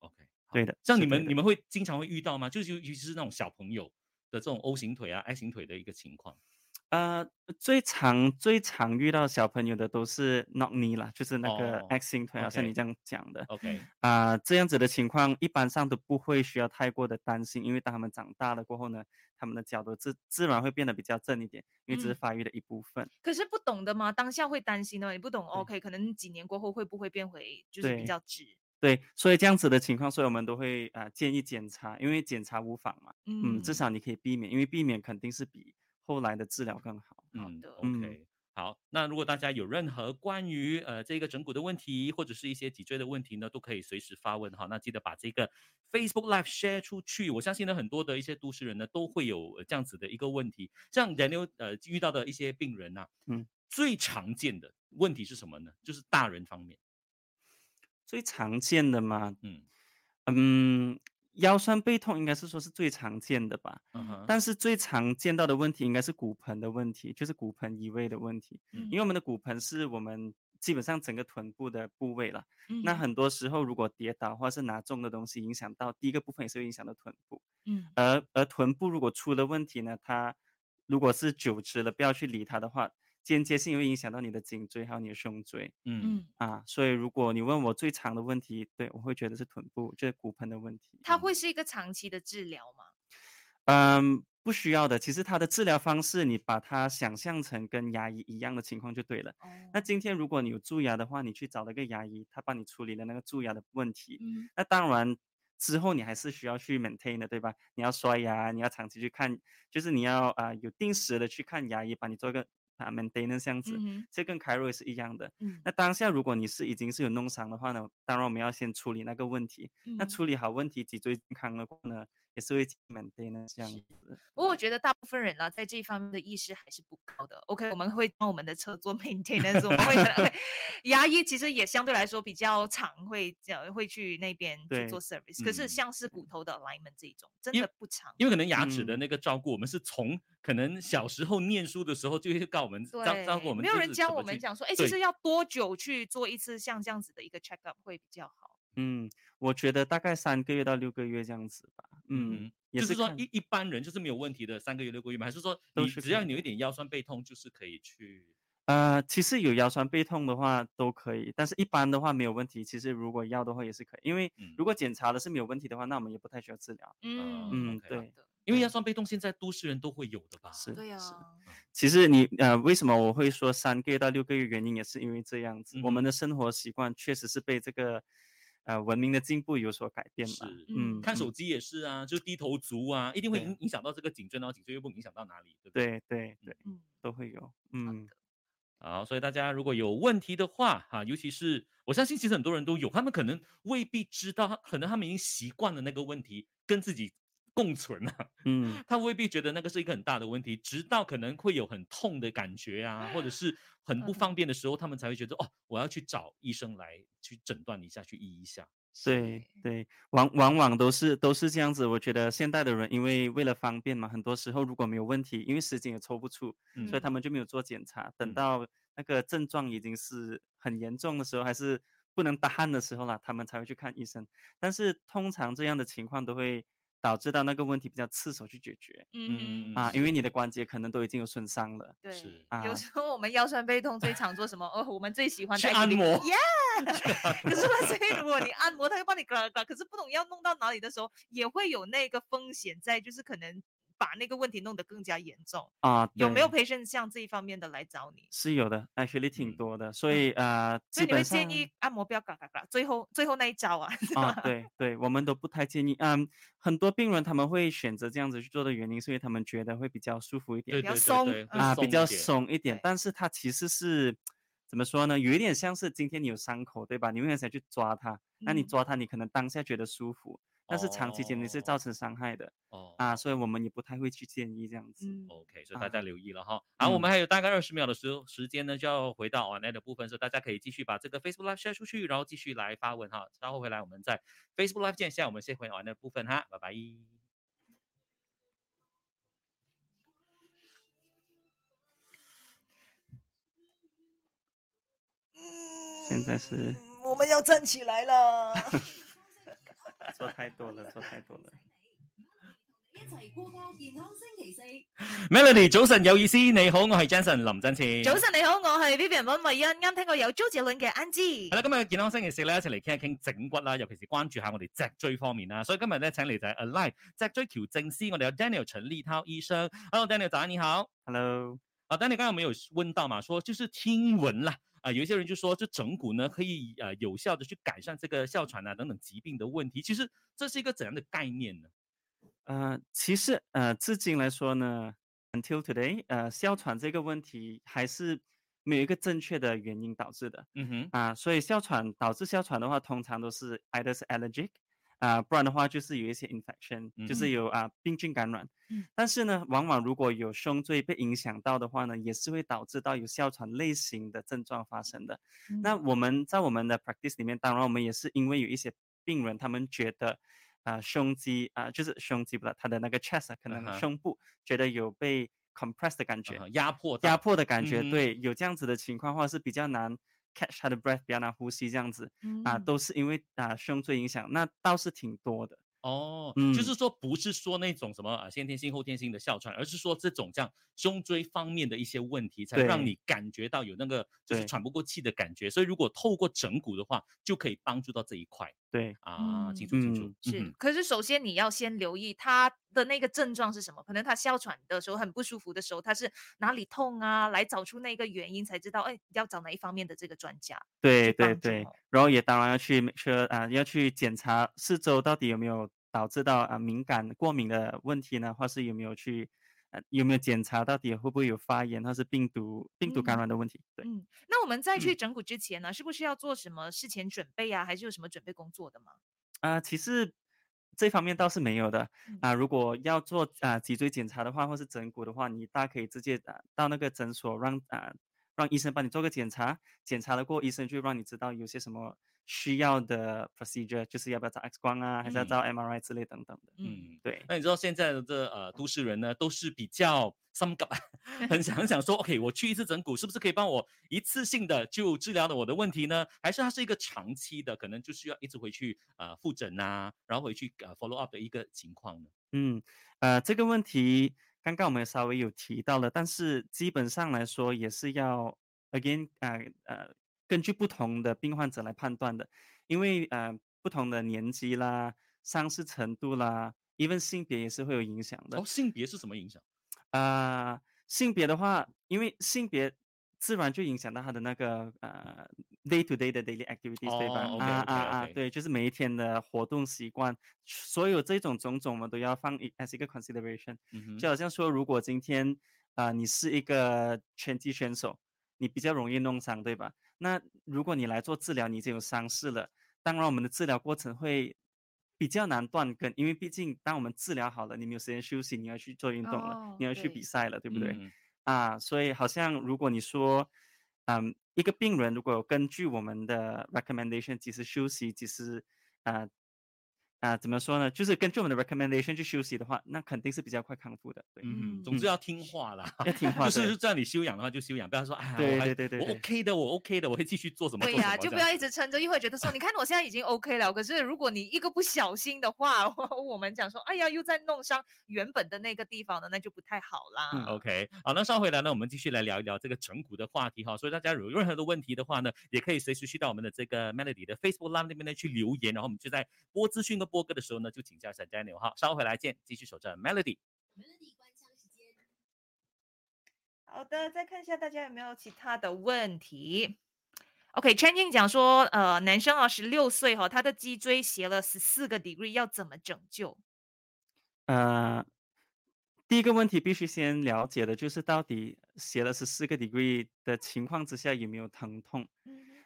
[SPEAKER 1] OK，好
[SPEAKER 3] 对的
[SPEAKER 1] 像
[SPEAKER 3] 是
[SPEAKER 1] 你
[SPEAKER 3] 对
[SPEAKER 1] 们
[SPEAKER 3] 的
[SPEAKER 1] 你们会经常会遇到吗？就是尤其是那种小朋友的这种 O 型腿啊、I 型腿的一个情况。
[SPEAKER 3] 呃，最常最常遇到小朋友的都是 knock knee 啦，就是那个
[SPEAKER 1] 哦
[SPEAKER 3] X 型腿，好像你
[SPEAKER 1] OK
[SPEAKER 3] 这样讲的
[SPEAKER 1] OK，
[SPEAKER 3] 啊、这样子的情况一般上都不会需要太过的担心，因为当他们长大了过后呢，他们的脚都自自然会变得比较正一点，因为只是
[SPEAKER 2] 嗯
[SPEAKER 3] 发育的一部分。
[SPEAKER 2] 可是不懂的嘛，当下会担心的，哦你不懂
[SPEAKER 3] 对
[SPEAKER 2] ，OK，可能几年过后会不会变回就是比
[SPEAKER 3] 对
[SPEAKER 2] 较直？
[SPEAKER 3] 对，所以这样子的情况，所以我们都会啊、呃建议检查，因为检查无妨嘛，嗯，至少你可以避免，因为避免肯定是比后来的治疗更好。
[SPEAKER 2] 好
[SPEAKER 1] 嗯
[SPEAKER 2] 的
[SPEAKER 1] ，OK，好。那如果大家有任何关于呃这个整骨的问题，或者是一些脊椎的问题呢，都可以随时发问哈。那记得把这个 Facebook Live share 出去，我相信呢很多的一些都市人呢都会有呃这样子的一个问题，像 Daniel 呃遇到的一些病人呐、啊
[SPEAKER 3] 嗯，
[SPEAKER 1] 最常见的问题是什么呢？就是大人方面，
[SPEAKER 3] 最常见的嘛，
[SPEAKER 1] 嗯
[SPEAKER 3] 嗯，腰酸背痛应该是说是最常见的吧，
[SPEAKER 1] 嗯哼，
[SPEAKER 3] 但是最常见到的问题应该是骨盆的问题，就是骨盆移位的问题。
[SPEAKER 2] 嗯
[SPEAKER 3] 因
[SPEAKER 1] 嗯
[SPEAKER 3] 为我们的骨盆是我们基本上整个臀部的部位了。
[SPEAKER 2] 嗯
[SPEAKER 3] 那
[SPEAKER 1] 嗯
[SPEAKER 3] 很多时候，如果跌倒或是拿重的东西影响到第一个部分，也是会影响到臀部。
[SPEAKER 2] 嗯
[SPEAKER 3] 而而臀部如果出了问题呢，它如果是久直了，不要去理它的话，间接性会影响到你的颈椎还有你的胸椎
[SPEAKER 1] 嗯
[SPEAKER 2] 嗯，
[SPEAKER 3] 啊。所以如果你问我最长的问题，对我会觉得是臀部，就是骨盆的问题。
[SPEAKER 2] 它会是一个长期的治疗吗？
[SPEAKER 3] 嗯，不需要的。其实它的治疗方式，你把它想象成跟牙医一样的情况就对了。
[SPEAKER 2] 哦，
[SPEAKER 3] 那今天如果你有蛀牙的话，你去找那个牙医，他帮你处理了那个蛀牙的问题。
[SPEAKER 2] 嗯
[SPEAKER 3] 那当然之后你还是需要去 maintain 的，对吧？你要刷牙，你要长期去看，就是你要啊、呃有定时的去看牙医，帮你做一个啊 maintenance 这样子。
[SPEAKER 2] 嗯
[SPEAKER 3] 这跟 Cairo 也是一样的。
[SPEAKER 2] 哼
[SPEAKER 3] 那当下如果你是已经是有弄伤的话呢，当然我们要先处理那个问题。
[SPEAKER 2] 嗯，
[SPEAKER 3] 那处理好问题，脊椎健康的话呢，也是会 maintain 这样
[SPEAKER 2] 是
[SPEAKER 3] 子。
[SPEAKER 2] 不过我觉得大部分人啦，在这一方面的意识还是不高的。OK，我们会帮我们的车做 maintenance，我们会可 能会牙医其实也相对来说比较常会这样会去那边去
[SPEAKER 3] 对
[SPEAKER 2] 做 service，可是
[SPEAKER 1] 嗯
[SPEAKER 2] 像是骨头的 alignment 这一种真
[SPEAKER 1] 因
[SPEAKER 2] 的不常。
[SPEAKER 1] 因为可能牙齿的
[SPEAKER 3] 嗯
[SPEAKER 1] 那个照顾，我们是从可能小时候念书的时候就会告我们，
[SPEAKER 2] 对，
[SPEAKER 1] 教教过我们，
[SPEAKER 2] 没有人教我们
[SPEAKER 1] 讲，
[SPEAKER 2] 讲说，哎，其
[SPEAKER 1] 对
[SPEAKER 2] 实要多久去做一次像这样子的一个 check up 会比较好？
[SPEAKER 3] 嗯，我觉得大概三个月到六个月这样子吧。嗯，
[SPEAKER 1] 嗯，
[SPEAKER 3] 也
[SPEAKER 1] 就是说
[SPEAKER 3] 看
[SPEAKER 1] 一一般人就是没有问题的，三个月六个月吗？还是说
[SPEAKER 3] 都
[SPEAKER 1] 你
[SPEAKER 3] 是
[SPEAKER 1] 只
[SPEAKER 3] 可
[SPEAKER 1] 要
[SPEAKER 3] 以
[SPEAKER 1] 你有一点腰酸背痛，就是可以去？
[SPEAKER 3] 呃，其实有腰酸背痛的话都可以，但是一般的话没有问题。其实如果要的话也是可以，因为如果检查的是没有问题的话，那我们也不太需要治疗。
[SPEAKER 1] 嗯
[SPEAKER 3] 嗯，
[SPEAKER 1] ，OK
[SPEAKER 3] 对，
[SPEAKER 1] 因为
[SPEAKER 3] 对
[SPEAKER 1] 腰酸背痛现在都市人都会有的吧？
[SPEAKER 3] 是
[SPEAKER 2] 对啊呀
[SPEAKER 3] 是。其实你呃，为什么我会说三个月到六个月？原因也是因为这样
[SPEAKER 2] 嗯
[SPEAKER 3] 子，我们的生活习惯确实是被这个呃文明的进步有所改变
[SPEAKER 1] 是
[SPEAKER 3] 吧。
[SPEAKER 2] 嗯
[SPEAKER 3] 嗯，
[SPEAKER 1] 看
[SPEAKER 3] 嗯
[SPEAKER 1] 手机也是啊，就低头族啊，一定会
[SPEAKER 3] 对
[SPEAKER 1] 影影响到这个颈椎，然后颈椎又不影响到哪里，对不对？
[SPEAKER 3] 对对对，
[SPEAKER 2] 嗯，
[SPEAKER 3] 都会有。嗯，
[SPEAKER 1] 好，所以大家如果有问题的话，哈、尤其是我相信，其实很多人都有，他们可能未必知道，他可能他们已经习惯了那个问题，跟自己共存了、
[SPEAKER 3] 嗯，
[SPEAKER 1] 他未必觉得那个是一个很大的问题，直到可能会有很痛的感觉啊，或者是很不
[SPEAKER 2] 嗯
[SPEAKER 1] 方便的时候，他们才会觉得哦，我要去找医生来去诊断一下，去医一下。
[SPEAKER 3] 对对，往往往都是都是这样子。我觉得现代的人因为为了方便嘛，很多时候如果没有问题，因为时间也抽不出，
[SPEAKER 1] 嗯
[SPEAKER 3] 所以他们就没有做检查。
[SPEAKER 1] 嗯
[SPEAKER 3] 等到那个症状已经是很严重的时候，还是不能打鼾的时候啦，他们才会去看医生。但是通常这样的情况都会导致到那个问题比较刺手去解决
[SPEAKER 1] 嗯
[SPEAKER 2] 嗯
[SPEAKER 3] 啊，因为你的关节可能都已经有损伤了。
[SPEAKER 2] 对
[SPEAKER 1] 是，
[SPEAKER 3] 啊
[SPEAKER 2] 有时候我们腰酸背痛最常做什么？哦，我们最喜欢的
[SPEAKER 1] 去按
[SPEAKER 2] activity
[SPEAKER 1] 摩
[SPEAKER 2] Yeah，可 是那所以如果你按摩，它会帮你嘎啦嘎啦，可是不懂要弄到哪里的时候，也会有那个风险在，就是可能把那个问题弄得更加严重。
[SPEAKER 3] 啊，
[SPEAKER 2] 有没有
[SPEAKER 3] 对？
[SPEAKER 2] patient 像这一方面的来找你？
[SPEAKER 3] 是有的，actually 挺
[SPEAKER 1] 嗯
[SPEAKER 3] 多的，所以呃，
[SPEAKER 2] 所以你
[SPEAKER 3] 基
[SPEAKER 2] 会
[SPEAKER 3] 本
[SPEAKER 2] 建
[SPEAKER 3] 上
[SPEAKER 2] 议按摩不要嘎嘎嘎，最后最后那一招啊？
[SPEAKER 3] 啊，对对，我们都不太建议。嗯，很多病人他们会选择这样子去做的原因，是因为他们觉得会比较舒服一点
[SPEAKER 1] 对
[SPEAKER 2] 比较
[SPEAKER 1] 对
[SPEAKER 2] 松
[SPEAKER 1] 对对，会
[SPEAKER 3] 啊，比
[SPEAKER 1] 一
[SPEAKER 3] 较
[SPEAKER 1] 点。
[SPEAKER 3] 松一点
[SPEAKER 2] 对。
[SPEAKER 3] 但是它其实是怎么说呢？有一点像是今天你有伤口，对吧？你会很想去抓它，那你
[SPEAKER 2] 嗯
[SPEAKER 3] 抓它，你可能当下觉得舒服，但是长期间你是造
[SPEAKER 1] 哦
[SPEAKER 3] 成伤害的
[SPEAKER 1] 哦
[SPEAKER 3] 啊，所以我们也不太会去建议这样子。
[SPEAKER 2] 嗯
[SPEAKER 1] OK，所以大家留意了哈。
[SPEAKER 3] 嗯
[SPEAKER 1] 好，我们还有大概二十秒的时候时间呢，就要回到 online 的部分，所以大家可以继续把这个 Facebook Live share 出去，然后继续来发问哈。稍后回来我们在 Facebook Live 见，现在我们先回 online 的部分哈，拜拜。
[SPEAKER 3] 现在是
[SPEAKER 2] 嗯我 们要站起来了。
[SPEAKER 3] 做太多了，做太 多了。
[SPEAKER 5] 一齊過個健康星期四。
[SPEAKER 1] Melody 早晨有意思，你好，我系 Jason 林振前。
[SPEAKER 2] 早晨你好，我係 Vivian 温慧欣，啱聽過有 j o j 倫嘅安
[SPEAKER 1] 系
[SPEAKER 2] g
[SPEAKER 1] 啦，今日健康星期四咧，一齊嚟傾一傾整骨啦，尤其是關注下我哋脊椎方面啦。所以今日咧請嚟就係 Alive 脊椎矯正師，我哋有 Daniel 陳立涛醫生。Hello，Daniel，早安，你好。
[SPEAKER 3] Hello，
[SPEAKER 1] 啊，Daniel 刚才我们有问到嘛，说就是听闻啦，啊、有一些人就说这整骨呢可以呃有效的去改善这个哮喘啊等等疾病的问题。其实这是一个怎样的概念呢？
[SPEAKER 3] 呃，其实呃，至今来说呢，until today，呃，哮喘这个问题还是没有一个正确的原因导致的。
[SPEAKER 1] 嗯哼，
[SPEAKER 3] 啊，所以哮喘导致哮喘的话，通常都是 either 是 allergic 啊，不然的话就是有一些 infection，、就
[SPEAKER 1] 嗯
[SPEAKER 3] 是有啊病菌感染。
[SPEAKER 2] 嗯
[SPEAKER 3] 但是呢，往往如果有胸椎被影响到的话呢，也是会导致到有哮喘类型的症状发生
[SPEAKER 1] 嗯
[SPEAKER 3] 的。那我们在我们的 practice 里面，当然我们也是因为有一些病人，他们觉得啊、胸肌啊、就是胸肌不了，他的那个 chest 啊可
[SPEAKER 1] 嗯
[SPEAKER 3] 能
[SPEAKER 1] 哼
[SPEAKER 3] 胸部觉得有被 compress 的感觉，
[SPEAKER 1] 啊压迫到
[SPEAKER 3] 压迫的感觉，
[SPEAKER 1] 嗯哼
[SPEAKER 3] 对，有这样子的情况，或者是比较难 catch 他的 breath，比较难呼吸这样子啊，
[SPEAKER 2] 嗯
[SPEAKER 3] 都是因为啊、胸椎影响，那倒是挺多的。
[SPEAKER 1] 哦，
[SPEAKER 3] 嗯
[SPEAKER 1] 就是说不是说那种什么啊先天性后天性的哮喘，而是说这种这样胸椎方面的一些问题，才让
[SPEAKER 3] 对
[SPEAKER 1] 你感觉到有那个就是
[SPEAKER 3] 对
[SPEAKER 1] 喘不过气的感觉。所以如果透过整骨的话，就可以帮助到这一块
[SPEAKER 3] 对，
[SPEAKER 1] 啊，清楚
[SPEAKER 2] 嗯
[SPEAKER 1] 清楚
[SPEAKER 3] 嗯，
[SPEAKER 1] 嗯
[SPEAKER 2] 是
[SPEAKER 1] 哼，
[SPEAKER 2] 可是首先你要先留意他的那个症状是什么，可能他哮喘的时候很不舒服的时候，他是哪里痛啊，来找出那个原因才知道，哎，要找哪一方面的这个专家。
[SPEAKER 3] 对
[SPEAKER 2] 帮
[SPEAKER 3] 对
[SPEAKER 2] 助
[SPEAKER 3] 对
[SPEAKER 2] 哦，
[SPEAKER 3] 然后也当然要去 make sure 啊、要去检查四周到底有没有导致到啊、敏感过敏的问题呢，或是有没有去呃有没有检查到底会不会有发炎或是病毒病毒感
[SPEAKER 2] 嗯
[SPEAKER 3] 染的问题？对，
[SPEAKER 2] 嗯，那我们在
[SPEAKER 1] 嗯
[SPEAKER 2] 去整骨之前呢，是不是要做什么事前准备啊，还是有什么准备工作的吗？
[SPEAKER 3] 啊、其实这方面倒是没有的
[SPEAKER 2] 嗯
[SPEAKER 3] 啊、如果要做啊、脊椎检查的话，或是整骨的话，你大可以直接啊、到那个诊所让啊、让医生帮你做个检查，检查了过后，医生就让你知道有些什么需要的 procedure，就是要不要照 X 光啊，还是要
[SPEAKER 1] 嗯
[SPEAKER 3] 照 MRI 之类等等的。
[SPEAKER 2] 嗯，
[SPEAKER 1] 嗯。
[SPEAKER 3] 对，
[SPEAKER 1] 那你知道现在的这呃都市人呢，都是比较心急啊，很想 很想说，OK，我去一次整骨，是不是可以帮我一次性的就治疗了我的问题呢？还是它是一个长期的，可能就需要一直回去呃复诊啊，然后回去呃 follow up 的一个情况呢？
[SPEAKER 3] 嗯，呃，这个问题刚刚我们也稍微有提到了，但是基本上来说也是要 again 呃呃，根据不同的病患者来判断的，因为呃不同的年纪啦、伤势程度啦，even 性别也是会有影响的
[SPEAKER 1] 哦，。性别是什么影响？
[SPEAKER 3] 啊、性别的话，因为性别自然就影响到他的那个呃 day to day 的 daily activities，、对吧？
[SPEAKER 1] 哦
[SPEAKER 3] 啊
[SPEAKER 1] ，OK，OK，OK
[SPEAKER 3] 啊啊，对，就是每一天的活动习惯，所有这种种种，我们都要放一 as 一个 consideration。
[SPEAKER 1] 嗯哼，
[SPEAKER 3] 就好像说，如果今天啊、你是一个拳击选手，你比较容易弄伤，对吧？那如果你来做治疗，你已经有伤势了，当然我们的治疗过程会比较难断根，因为毕竟当我们治疗好了，你没有时间休息，你要去做运动了，
[SPEAKER 2] 哦
[SPEAKER 3] 你要去
[SPEAKER 2] 对
[SPEAKER 3] 比赛了，对不对？
[SPEAKER 1] 嗯
[SPEAKER 3] 啊，所以好像如果你说，嗯，一个病人如果有根据我们的 recommendation 及时休息，及时啊啊、怎么说呢？就是根据我们的 recommendation 去休息的话，那肯定是比较快康复的。对，
[SPEAKER 1] 嗯，
[SPEAKER 2] 嗯
[SPEAKER 1] 总之要听话啦，
[SPEAKER 3] 要听话。
[SPEAKER 1] 就是
[SPEAKER 3] 对
[SPEAKER 1] 叫你休养的话就休养，不要说哎呀，
[SPEAKER 3] 对
[SPEAKER 1] 我还
[SPEAKER 3] 对对对
[SPEAKER 1] 我
[SPEAKER 3] 对
[SPEAKER 1] OK 的，我 OK 的，我会继续做什么？
[SPEAKER 2] 对
[SPEAKER 1] 做什
[SPEAKER 2] 呀、
[SPEAKER 1] 么
[SPEAKER 2] 就
[SPEAKER 1] 这
[SPEAKER 2] 不
[SPEAKER 1] 样
[SPEAKER 2] 要一
[SPEAKER 1] 子
[SPEAKER 2] 直撑着，一会儿觉得说，你看我现在已经 OK 了，可是如果你一个不小心的话， 我们讲说，哎呀，又在弄伤原本的那个地方了，那就不太好啦。
[SPEAKER 3] 嗯
[SPEAKER 1] OK，好，那稍回来呢，我们继续来聊一聊这个整骨的话题哈。所以大家有任何的问题的话呢，也可以随时去到我们的这个 Melody 的 Facebook Live 那边呢去留言，然后我们就在播资讯跟播歌的时候呢，就请教一下 Daniel 哈。稍回来见，继续守着 Melody。
[SPEAKER 5] Melody 关枪时间。
[SPEAKER 2] 好的，再看一下大家有没有其他的问题。OK，Chen、Ying 讲说，呃，男生啊，十六岁哈、他的脊椎斜了十四个 degree，要怎么拯救？
[SPEAKER 3] 呃，第一个问题必须先了解的就是到底写了十四个 degree 的情况之下有没有疼痛？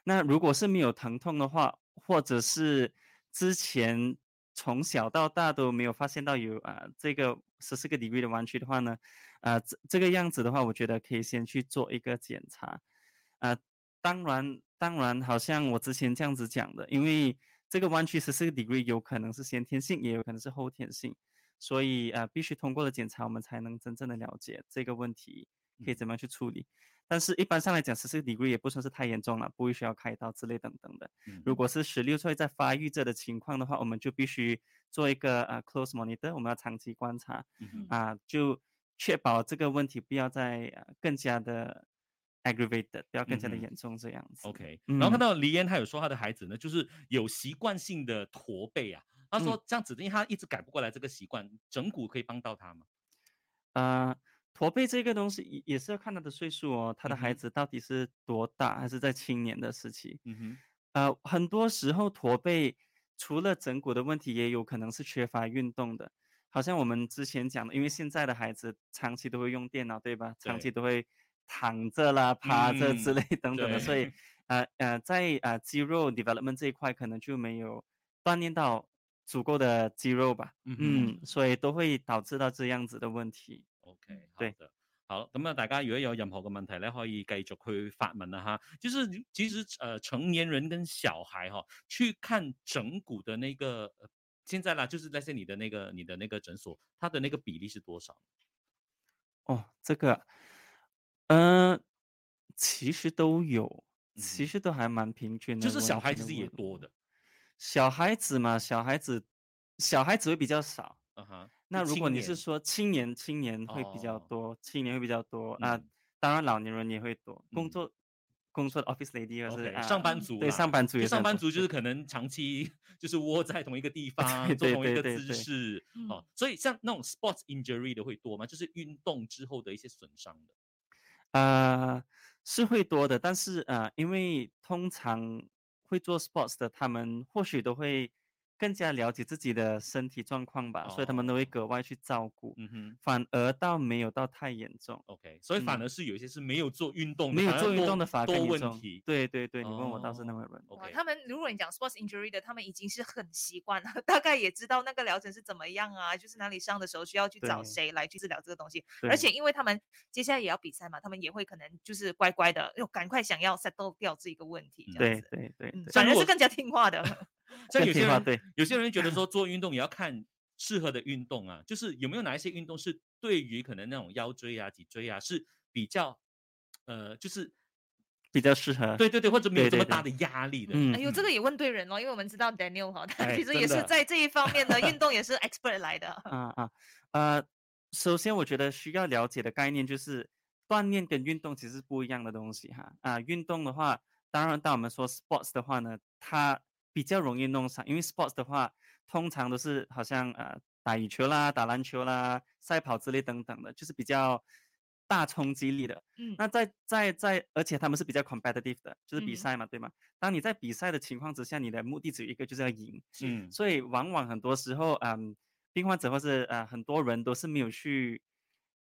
[SPEAKER 3] 那如果是没有疼痛的话，或者是之前从小到大都没有发现到有啊、这个十四个 degree 的弯曲的话呢，啊、这这个样子的话，我觉得可以先去做一个检查。啊、当然当然，好像我之前这样子讲的，因为这个弯曲十四个 degree 有可能是先天性，也有可能是后天性，所以啊、必须通过了检查，我们才能真正的了解这个问题可以怎么样去处理。但是，一般上来讲，十四 degree 也不算是太严重了，不会需要开刀之类等等的。
[SPEAKER 1] 嗯
[SPEAKER 3] 如果是十六岁在发育着的情况的话，我们就必须做一个呃 close monitor，我们要长期观察
[SPEAKER 1] 嗯
[SPEAKER 3] 啊、就确保这个问题不要再、呃、更加的 aggravated，不要更加的
[SPEAKER 1] 嗯哼
[SPEAKER 3] 严重这样子。
[SPEAKER 1] OK，然后看
[SPEAKER 3] 嗯
[SPEAKER 1] 到黎嫣她有说她的孩子呢，就是有习惯性的驼背啊。她说这样子，因为她一直改不过来这个习惯，整骨可以帮到她吗？
[SPEAKER 3] 呃，驼背这个东西也也是要看他的岁数哦，他的孩
[SPEAKER 1] 嗯哼
[SPEAKER 3] 子到底是多大，还是在青年的时期。
[SPEAKER 1] 嗯哼，
[SPEAKER 3] 呃，很多时候驼背除了整骨的问题，也有可能是缺乏运动的。好像我们之前讲的，因为现在的孩子长期都会用电脑，对吧？长
[SPEAKER 1] 对
[SPEAKER 3] 期都会躺着啦、趴着之
[SPEAKER 1] 嗯
[SPEAKER 3] 类等等的，所以呃呃，在呃肌肉 development 这一块，可能就没有锻炼到足够的肌肉吧。
[SPEAKER 1] 嗯哼
[SPEAKER 3] 嗯，所以都会导致到这样子的问题。
[SPEAKER 1] OK，好
[SPEAKER 3] 對
[SPEAKER 1] 的。好，咁啊，大家如果有任何嘅問題咧，可以繼續去發問啦哈。就是其實呃，成年人跟小孩哈、去看整骨的那個呃现在啦，就是那些你的那个你的那个诊所，它的那个比例是多少？
[SPEAKER 3] 哦，这个，呃，其实都有，其
[SPEAKER 1] 嗯
[SPEAKER 3] 实都还蛮平均的。
[SPEAKER 1] 就是
[SPEAKER 3] 我
[SPEAKER 1] 小
[SPEAKER 3] 也
[SPEAKER 1] 孩
[SPEAKER 3] 觉
[SPEAKER 1] 其实
[SPEAKER 3] 得
[SPEAKER 1] 也
[SPEAKER 3] 我
[SPEAKER 1] 多的，
[SPEAKER 3] 小孩子嘛，小孩子，小孩子会比较少。
[SPEAKER 1] 啊哈，
[SPEAKER 3] 那
[SPEAKER 1] 就
[SPEAKER 3] 如果
[SPEAKER 1] 青
[SPEAKER 3] 你是
[SPEAKER 1] 年
[SPEAKER 3] 说青年，青年会比较
[SPEAKER 1] 哦
[SPEAKER 3] 多，青年会比较多。那、
[SPEAKER 1] 嗯
[SPEAKER 3] 当然老年人也会多，工
[SPEAKER 1] 嗯
[SPEAKER 3] 作、工作的 office lady 或是
[SPEAKER 1] OK，
[SPEAKER 3] 啊
[SPEAKER 1] 上班族
[SPEAKER 3] 对
[SPEAKER 1] 啦
[SPEAKER 3] 上班族
[SPEAKER 1] 就
[SPEAKER 3] 也
[SPEAKER 1] 上
[SPEAKER 3] 很
[SPEAKER 1] 班
[SPEAKER 3] 多
[SPEAKER 1] 族就
[SPEAKER 3] 对
[SPEAKER 1] 是可能长期就是窝在同一个地方，做
[SPEAKER 3] 对
[SPEAKER 1] 同一
[SPEAKER 3] 对
[SPEAKER 1] 个
[SPEAKER 3] 对
[SPEAKER 1] 姿
[SPEAKER 3] 对嗯
[SPEAKER 1] 势哦，所以像那种 sports injury 的会多吗？就是运动之后的一些损伤的。
[SPEAKER 3] 呃，是会多的，但是呃，因为通常会做 sports 的，他们或许都会更加了解自己的身体状况吧，所以他们都会
[SPEAKER 1] 哦
[SPEAKER 3] 格外去照顾，
[SPEAKER 1] 嗯哼
[SPEAKER 3] 反而倒没有到太严重。
[SPEAKER 1] ，OK，所以反
[SPEAKER 3] 嗯
[SPEAKER 1] 而是有一些是没有做运动的，
[SPEAKER 3] 没有
[SPEAKER 1] 反而
[SPEAKER 3] 做运
[SPEAKER 1] 多
[SPEAKER 3] 动的反而
[SPEAKER 1] 多
[SPEAKER 3] 更严
[SPEAKER 1] 问
[SPEAKER 3] 重
[SPEAKER 1] 题。
[SPEAKER 3] 对对对，你问我倒是那么
[SPEAKER 1] 哦
[SPEAKER 3] 问。
[SPEAKER 2] 哇，
[SPEAKER 1] OK，
[SPEAKER 2] 他们如果你讲 sports injury 的，他们已经是很习惯了， 大概也知道那个疗程是怎么样啊，就是哪里伤的时候需要去找
[SPEAKER 3] 对
[SPEAKER 2] 谁来去治疗这个东西。
[SPEAKER 3] 对
[SPEAKER 2] 而且因为他们接下来也要比赛嘛，他们也会可能就是乖乖的，又赶快想要 settle 掉这一个问题，这样
[SPEAKER 3] 对
[SPEAKER 2] 子。
[SPEAKER 3] 对对
[SPEAKER 2] 嗯
[SPEAKER 3] 对，
[SPEAKER 1] 像
[SPEAKER 2] 反
[SPEAKER 1] 如
[SPEAKER 2] 而
[SPEAKER 1] 果
[SPEAKER 2] 是更加听话的。
[SPEAKER 1] 像
[SPEAKER 3] 更
[SPEAKER 1] 有
[SPEAKER 3] 听
[SPEAKER 1] 些
[SPEAKER 3] 话
[SPEAKER 1] 人
[SPEAKER 3] 对
[SPEAKER 1] 有些人觉得说做运动也要看适合的运动啊，就是有没有哪一些运动是对于可能那种腰椎啊、脊椎啊是比较呃，就是
[SPEAKER 3] 比较适合。
[SPEAKER 1] 对对对，或者没有
[SPEAKER 3] 啊
[SPEAKER 1] 这
[SPEAKER 3] 对对
[SPEAKER 1] 么大的
[SPEAKER 3] 对
[SPEAKER 1] 压力的。
[SPEAKER 3] 嗯，
[SPEAKER 2] 哎呦，这个也问对人了，因为我们知道 Daniel 哈，他
[SPEAKER 1] 哎
[SPEAKER 2] 其实
[SPEAKER 1] 真
[SPEAKER 2] 也是
[SPEAKER 1] 的
[SPEAKER 2] 在这一方面的运动也是 expert 来的。
[SPEAKER 3] 啊啊呃，首先我觉得需要了解的概念就是锻炼跟运动其实是不一样的东西哈。啊，运动的话，当然当我们说 sports 的话呢，它比较容易弄伤，因为 sports 的话通常都是好像呃打羽球啦、打篮球啦、赛跑之类等等的，就是比较大冲击力的。
[SPEAKER 2] 嗯
[SPEAKER 3] 那在在在，而且他们是比较 competitive 的，就
[SPEAKER 2] 嗯
[SPEAKER 3] 是
[SPEAKER 2] 哼
[SPEAKER 3] 比赛嘛，对吗？当你在比赛的情况之下，你的目的只有一个，就是要赢。
[SPEAKER 1] 嗯，
[SPEAKER 3] 所以往往很多时候，嗯，病患者或是呃很多人都是没有去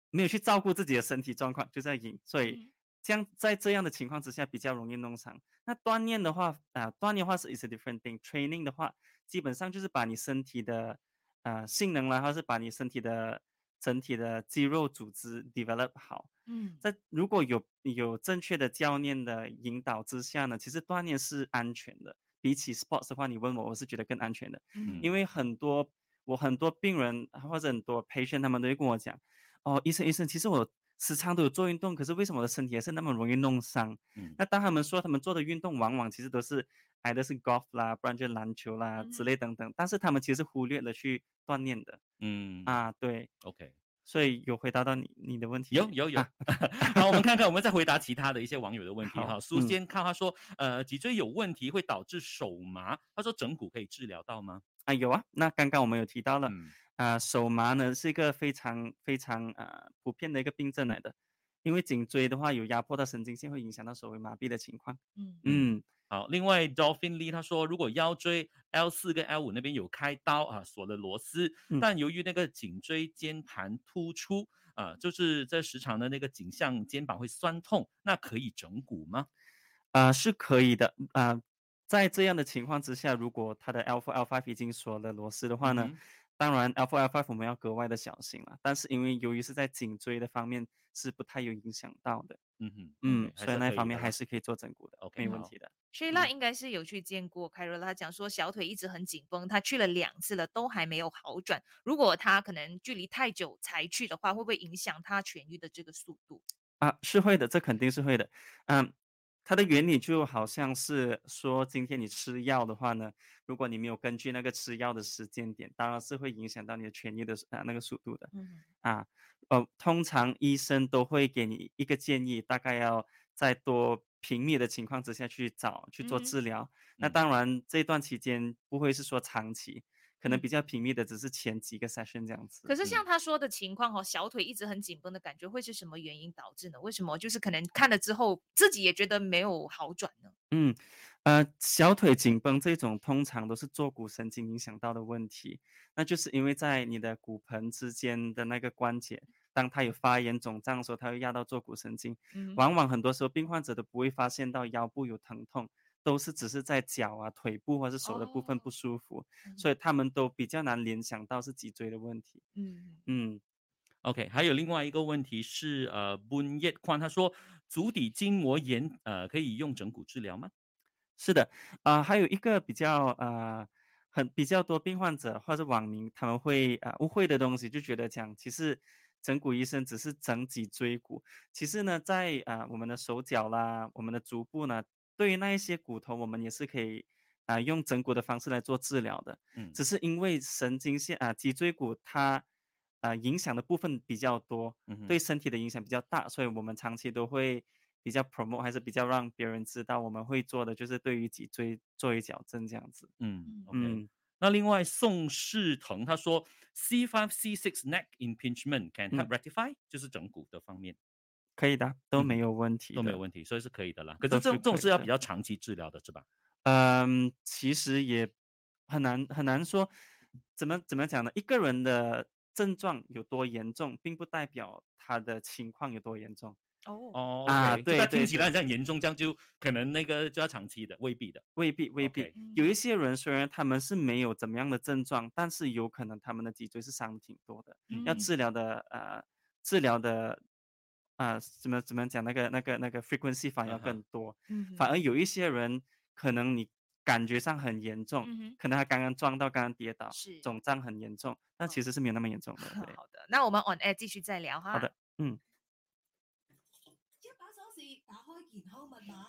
[SPEAKER 3] 没有去照顾自己的身体状况，就在赢，所以
[SPEAKER 2] 嗯
[SPEAKER 3] 这样在这样的情况之下比较容易弄伤。那锻炼的话，啊、锻炼的话是 is a different thing，training 的话基本上就是把你身体的呃性能啦，或是把你身体的整体的肌肉组织 develop 好。
[SPEAKER 2] 嗯，
[SPEAKER 3] 在如果有有正确的教练的引导之下呢，其实锻炼是安全的。比起 sports 的话，你问我，我是觉得更安全的，
[SPEAKER 1] 嗯
[SPEAKER 3] 因为很多我很多病人或者很多 patient 他们都会跟我讲，哦，医生医生，其实我时常都有做运动，可是为什么我的身体还是那么容易弄伤？
[SPEAKER 1] 嗯
[SPEAKER 3] 那当他们说他们做的运动，往往其实都是挨的是 golf 啦，不然就篮球啦
[SPEAKER 2] 嗯
[SPEAKER 3] 之类等等，但是他们其实是忽略了去锻炼的
[SPEAKER 1] 嗯
[SPEAKER 3] 啊，对，
[SPEAKER 1] ，OK。
[SPEAKER 3] 所以有回答到你你的问题啊
[SPEAKER 1] 有有有， 好，我们看看，我们再回答其他的一些网友的问题哈。
[SPEAKER 3] 好
[SPEAKER 1] 苏
[SPEAKER 3] 嗯
[SPEAKER 1] 先看他说，呃，脊椎有问题会导致手麻，他说整骨可以治疗到吗？
[SPEAKER 3] 啊有啊，那刚刚我们有提到了。
[SPEAKER 1] 嗯
[SPEAKER 3] 啊、手麻呢是一个非常非常呃普遍的一个病症来的，因为颈椎的话有压迫到神经线，会影响到手会麻痹的情况。
[SPEAKER 2] 嗯
[SPEAKER 1] 嗯
[SPEAKER 3] 嗯，
[SPEAKER 1] 好，另外 Dolphin Lee 他说，如果腰椎 L 四跟 L 五那边有开刀啊，锁了螺丝，
[SPEAKER 3] 嗯
[SPEAKER 1] 但由于那个颈椎间盘突出啊，就是在时常的那个颈项肩膀会酸痛，那可以整骨吗？
[SPEAKER 3] 啊、是可以的啊、在这样的情况之下，如果他的 L four L five 已经锁了螺丝的话啊呢，
[SPEAKER 1] 嗯哼
[SPEAKER 3] 当然 L four L five 我们要格外的小心了。但是因为由于是在颈椎的方面是不太有影响到的，
[SPEAKER 1] 嗯哼，
[SPEAKER 3] 嗯
[SPEAKER 1] OK，，还
[SPEAKER 3] 所以
[SPEAKER 1] 是
[SPEAKER 3] 那
[SPEAKER 1] 可
[SPEAKER 3] 一方
[SPEAKER 1] 的
[SPEAKER 3] 面
[SPEAKER 1] 啦
[SPEAKER 3] 还是可以做整骨的
[SPEAKER 1] OK，
[SPEAKER 3] 没问
[SPEAKER 1] 好
[SPEAKER 3] 题的。
[SPEAKER 2] Sheila 应该是有去见过凯瑞拉，他讲说小腿一直很紧绷，他去了两次了，都还没有好转。如果他可能距离太久才去的话，会不会影响他痊愈的这个速度？
[SPEAKER 3] 啊，是会的，这肯定是会的。嗯，它的原理就好像是说，今天你吃药的话呢，如果你没有根据那个吃药的时间点，当然是会影响到你的痊愈的啊、那个速度的
[SPEAKER 2] 嗯，
[SPEAKER 3] 啊。呃，通常医生都会给你一个建议，大概要在多频密的情况之下去找去
[SPEAKER 2] 嗯
[SPEAKER 3] 做
[SPEAKER 2] 哼
[SPEAKER 3] 治疗。那
[SPEAKER 1] 嗯
[SPEAKER 3] 当然，这段期间不会是说长期，可
[SPEAKER 2] 嗯
[SPEAKER 3] 能比较频密的只是前几个 session 这样子。
[SPEAKER 2] 可是
[SPEAKER 1] 嗯
[SPEAKER 2] 像他说的情况哦，小腿一直很紧绷的感觉，会是什么原因导致呢？为什么就是可能看了之后自己也觉得没有好转呢？
[SPEAKER 3] 嗯，呃，小腿紧绷这种通常都是坐骨神经影响到的问题，那就是因为在你的骨盆之间的那个关节，当它有发炎肿胀的时候，它会压到坐骨神经。
[SPEAKER 2] 嗯哼，
[SPEAKER 3] 往往很多时候病患者都不会发现到腰部有疼痛，都是只是在脚啊、腿部或是手的部分不
[SPEAKER 2] 哦
[SPEAKER 3] 舒服，所以他们都比较难联想到是脊椎的问题。
[SPEAKER 2] 嗯，
[SPEAKER 3] 嗯
[SPEAKER 1] OK，还有另外一个问题是，呃 b u n y e t 宽他说足底筋膜炎，呃，可以用整骨治疗吗？
[SPEAKER 3] 是的，啊、还有一个比较呃很比较多病患者或者网民他们会啊、误会的东西，就觉得讲其实整骨医生只是整脊椎骨，其实呢，在啊、我们的手脚啦，我们的足部呢，对于那一些骨头，我们也是可以啊、用整骨的方式来做治疗的。
[SPEAKER 1] 嗯，
[SPEAKER 3] 只是因为神经线啊、脊椎骨它啊、影响的部分比较多，
[SPEAKER 1] 嗯哼
[SPEAKER 3] 对身体的影响比较大，所以我们长期都会比较 promote，还是比较让别人知道我们会做的就是对于脊椎做一矫正这样子。
[SPEAKER 1] 嗯，OK。
[SPEAKER 3] 嗯，
[SPEAKER 1] 那另外，宋世腾他说，C five C six neck impingement can help
[SPEAKER 3] 嗯
[SPEAKER 1] rectify，、就是整骨的方面
[SPEAKER 3] 可以的，都
[SPEAKER 1] 嗯
[SPEAKER 3] 没有问题，
[SPEAKER 1] 都没有。问题，所以是可以的啦。可是
[SPEAKER 3] 都
[SPEAKER 1] 这种这种
[SPEAKER 3] 是可以
[SPEAKER 1] 是要
[SPEAKER 3] 的
[SPEAKER 1] 比较长期治疗的，是吧？
[SPEAKER 3] 嗯，其实也很难很难说，怎么怎么讲呢？一个人的症状有多严重，并不代表他的情况有多严重，
[SPEAKER 2] 哦，
[SPEAKER 1] 哦
[SPEAKER 3] 啊
[SPEAKER 1] OK，就
[SPEAKER 3] 对
[SPEAKER 1] 它听
[SPEAKER 3] 对
[SPEAKER 1] 起来很像严重，这样就可能那个就要长期的，未必的。
[SPEAKER 3] 未必未必。
[SPEAKER 1] OK
[SPEAKER 2] 嗯
[SPEAKER 3] 有一些人虽然他们是没有怎么样的症状，但是有可能他们的脊椎是伤得挺多的，要
[SPEAKER 2] 嗯
[SPEAKER 3] 治疗的呃治疗的啊、怎么怎么讲那个那个那个 frequency 反而要
[SPEAKER 1] 嗯哼
[SPEAKER 3] 更多，
[SPEAKER 2] 嗯
[SPEAKER 3] 反而有一些人可能你感觉上很严重，
[SPEAKER 2] 嗯哼
[SPEAKER 3] 可能他刚刚撞到，刚刚跌倒，
[SPEAKER 2] 是
[SPEAKER 3] 肿胀很严重，但其
[SPEAKER 2] 嗯
[SPEAKER 3] 实是没有那么严重的。对，
[SPEAKER 2] 好的，那我们 on air 继续再聊哈。
[SPEAKER 3] 好的，嗯
[SPEAKER 5] 一把鎖匙打開健康密碼。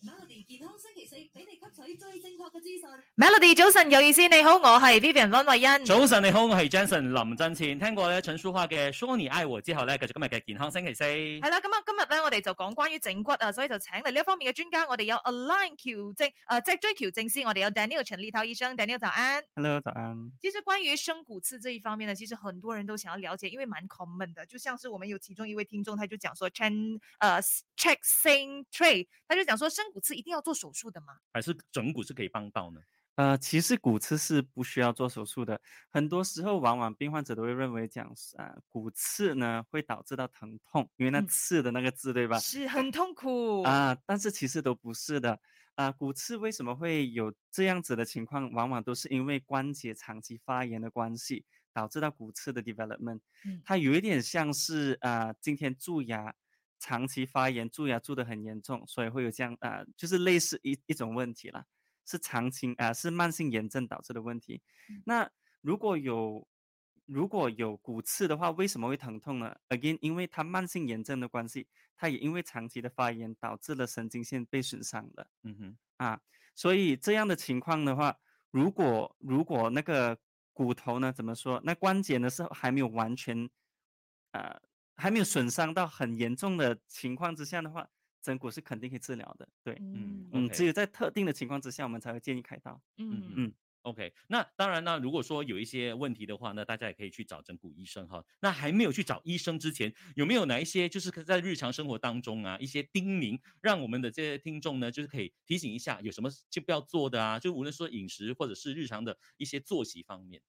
[SPEAKER 5] Melody 健康星期四俾你吸取最正確嘅資訊。
[SPEAKER 2] Melody 早晨有意思，你好，我係 Vivian 温慧
[SPEAKER 3] 嗯
[SPEAKER 2] 欣。
[SPEAKER 1] 早晨你好，我係 Jensen 林振前。聽過咧陳淑樺嘅《Show 你愛我》之後咧，繼續今日嘅健康星期四。
[SPEAKER 2] 系啦，咁啊，今日咧我哋就講關於整骨啊，所以就請嚟呢一方面嘅專家，我哋有 Align 矯正啊脊椎矯正師，我哋有 Daniel 陳立涛醫生，Daniel 早安。
[SPEAKER 3] ，Hello，早安。
[SPEAKER 2] 其实关于生骨刺这一方面呢，其实很多人都想要了解，因为蛮 common 的。就像是我们有其中一位听众，他就讲说 Chen 呃 check sing tray，他就讲说生骨刺一定要做手术的嘛。
[SPEAKER 1] 还是整骨是可以帮到呢？
[SPEAKER 3] 呃，其实骨刺是不需要做手术的，很多时候往往病患者都会认为讲，呃，骨刺呢会导致到疼痛，因为那
[SPEAKER 2] 嗯
[SPEAKER 3] 刺的那个字，对吧？
[SPEAKER 2] 是很痛苦，
[SPEAKER 3] 啊，但是其实都不是的。啊，骨刺为什么会有这样子的情况？往往都是因为关节长期发炎的关系，导致到骨刺的 development
[SPEAKER 2] 嗯。
[SPEAKER 3] 它有一点像是啊，今天蛀牙长期发炎，蛀牙蛀得很严重，所以会有这样啊，就是类似一一种问题啦，是长期啊，是慢性炎症导致的问题。那如果有如果有骨刺的话，为什么会疼痛呢？Again，因为它慢性炎症的关系，它也因为长期的发炎导致了神经线被损伤的
[SPEAKER 1] 嗯哼，
[SPEAKER 3] 啊。所以这样的情况的话，如果如果那个骨头呢，怎么说？那关节呢是还没有完全，呃，还没有损伤到很严重的情况之下的话，整骨是肯定可以治疗的。对，
[SPEAKER 2] 嗯
[SPEAKER 1] 嗯
[SPEAKER 3] 嗯，只
[SPEAKER 1] OK
[SPEAKER 3] 有在特定的情况之下，我们才会建议开刀。
[SPEAKER 2] 嗯
[SPEAKER 1] 嗯 OK，那当然呢，如果说有一些问题的话呢，大家也可以去找整骨医生哈。那还没有去找医生之前，有没有哪一些就是在日常生活当中啊，一些叮咛，让我们的这些听众呢，就是可以提醒一下有什么就不要做的啊，就无论说饮食或者是日常的一些作息方面。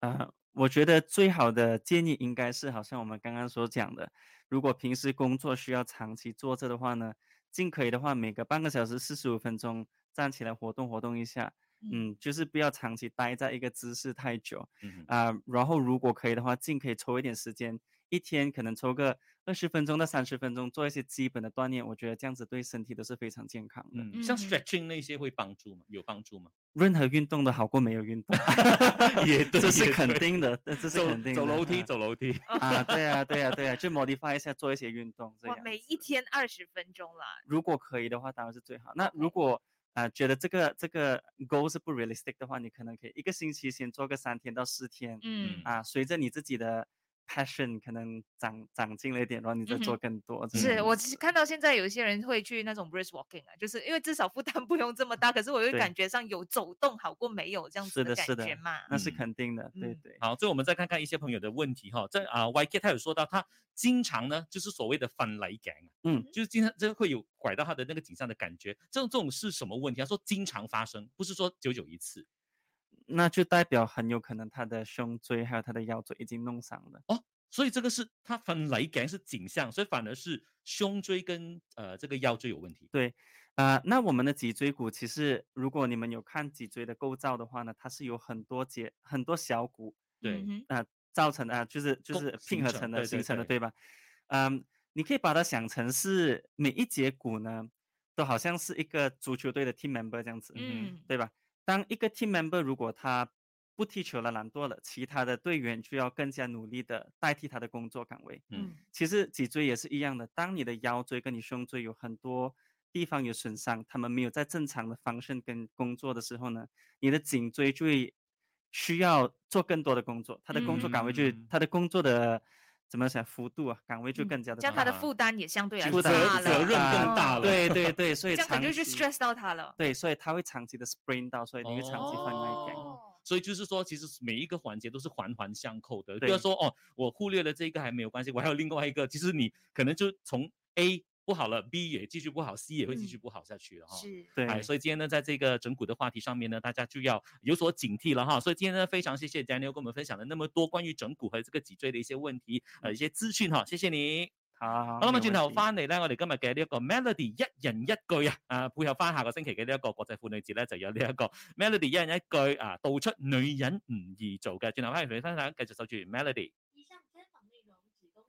[SPEAKER 3] 啊，我觉得最好的建议应该是，好像我们刚刚所讲的，如果平时工作需要长期坐着的话呢，尽可以的话，每隔半个小时四十五分钟站起来活动活动一下，
[SPEAKER 2] 嗯
[SPEAKER 3] 嗯，就是不要长期待在一个姿势太久
[SPEAKER 1] 嗯哼，
[SPEAKER 3] 啊、然后如果可以的话，尽可以抽一点时间，一天可能抽个二十分钟到三十分钟，做一些基本的锻炼，我觉得这样子对身体都是非常健康的。
[SPEAKER 1] 嗯，像
[SPEAKER 2] 嗯
[SPEAKER 1] stretching 那些会帮助吗？有帮助吗？，
[SPEAKER 3] 任何运动都好过没有运动
[SPEAKER 1] 也对
[SPEAKER 3] 这是
[SPEAKER 1] 也
[SPEAKER 3] 肯
[SPEAKER 1] 对
[SPEAKER 3] 定的，呃这是
[SPEAKER 1] 走
[SPEAKER 3] 肯定的。
[SPEAKER 1] 走楼梯，
[SPEAKER 3] 啊
[SPEAKER 1] 走楼梯。
[SPEAKER 3] 啊，对啊，对啊，对啊，去 modify 一下，做一些运动这
[SPEAKER 2] 哇，
[SPEAKER 3] 样。
[SPEAKER 2] 每一，天二十分钟啦，
[SPEAKER 3] 如果可以的话，当然是最好。那如果啊、呃觉得这个这个 goal 是不 realistic 的话，你可能可以一个星期先做个三天到四天，
[SPEAKER 2] 嗯
[SPEAKER 1] 嗯
[SPEAKER 3] 啊，随着你自己的 passion 可能长长进了一点，然后你再
[SPEAKER 2] 嗯哼
[SPEAKER 3] 做更多这样子。
[SPEAKER 2] 是我
[SPEAKER 1] 嗯
[SPEAKER 2] 其实看到现在有一些人会去那种 brisk walking 啊，就是因为至少负担不用这么大，可是我又
[SPEAKER 3] 对
[SPEAKER 2] 感觉上有走动好过没有这样子
[SPEAKER 3] 是的
[SPEAKER 2] 感
[SPEAKER 3] 是
[SPEAKER 2] 觉
[SPEAKER 3] 的
[SPEAKER 2] 嘛。
[SPEAKER 3] 那是
[SPEAKER 1] 嗯
[SPEAKER 3] 肯定的，对
[SPEAKER 2] 嗯
[SPEAKER 3] 对。
[SPEAKER 1] 好，最后我们再看看一些朋友的问题哈，在啊、YK 他有说到他经常呢就是所谓的翻来感啊，
[SPEAKER 3] 嗯
[SPEAKER 1] 就是经常就会有拐到他的那个颈上的感觉，这种这种是什么问题？他说经常发生，不是说久久一次
[SPEAKER 3] 那就代表很有可能他的胸椎还有他的腰椎已经弄伤了。
[SPEAKER 1] 所以这个是他翻来感是颈项，所以反而是胸椎跟呃这个腰椎有问题。
[SPEAKER 3] 啊、那我们的脊椎骨其实，如果你们有看脊椎的构造的话呢，它是有很多节、很多小骨
[SPEAKER 1] 对，
[SPEAKER 2] 嗯哼
[SPEAKER 3] 啊、造成啊、就是就
[SPEAKER 1] 共
[SPEAKER 3] 是
[SPEAKER 1] 形
[SPEAKER 3] 拼合
[SPEAKER 1] 成
[SPEAKER 3] 成
[SPEAKER 1] 对
[SPEAKER 3] 的、
[SPEAKER 1] 对
[SPEAKER 3] 形成的，
[SPEAKER 1] 对
[SPEAKER 3] 对吧？嗯，你可以把它想成是每一节骨呢，都好像是一个足球队的 team member 这样子，
[SPEAKER 1] 嗯
[SPEAKER 2] 嗯，
[SPEAKER 3] 对吧？当一个 team member 如果他不踢球了、懒惰了，其他的队员就要更加努力的代替他的工作岗位。
[SPEAKER 1] 嗯
[SPEAKER 3] 其实脊椎也是一样的，当你的腰椎跟你胸椎有很多地方有损伤，他们没有在正常的方向跟工作的时候呢，你的颈椎就会需要做更多的工作，他的工作岗位就、
[SPEAKER 1] 嗯
[SPEAKER 3] 他的工作的怎么讲幅度啊，岗位就
[SPEAKER 2] 嗯
[SPEAKER 3] 更加的
[SPEAKER 2] 这样他的
[SPEAKER 1] 大
[SPEAKER 2] 负担也相对来
[SPEAKER 1] 负
[SPEAKER 2] 说
[SPEAKER 1] 责
[SPEAKER 2] 大了，
[SPEAKER 1] 责任更大了
[SPEAKER 3] 对对对，所以
[SPEAKER 2] 这样
[SPEAKER 3] 长
[SPEAKER 2] 感觉
[SPEAKER 3] 期
[SPEAKER 2] 就 stress 到他了。
[SPEAKER 3] 对，所以他会长期的 sprain 到，所以你会长期犯那一
[SPEAKER 1] 哦所以就是说，其实每一个环节都是环环相扣的。不
[SPEAKER 3] 对
[SPEAKER 1] 要说哦，我忽略了这个还没有关系，我还有另外一个。其实你可能就从 A 不好了，B 也继续不好，C 也会继续不好下去了哈、
[SPEAKER 2] 是，
[SPEAKER 3] 对，
[SPEAKER 1] 哎，所以今天呢，在这个整蛊的话题上面呢，大家就要有所警惕了哈。所以今天呢，非常谢谢 Daniel 跟我们分享了那么多关于整蛊和这个脊椎的一些问题，呃，一些资讯哈，谢谢你。
[SPEAKER 3] 好好，
[SPEAKER 1] 好啦，咁
[SPEAKER 3] 没
[SPEAKER 1] 啊
[SPEAKER 3] 有
[SPEAKER 1] 轉
[SPEAKER 3] 问
[SPEAKER 1] 頭
[SPEAKER 3] 题
[SPEAKER 1] 翻嚟咧，我哋今日嘅呢一個 Melody 一人一句啊，啊配合翻下個星期嘅呢一個國際婦女節咧，就有呢一個 Melody 一人一句啊，道出女人唔易做嘅。轉頭翻嚟同你分享，繼續守住 Melody。
[SPEAKER 5] 以上专访内容只供。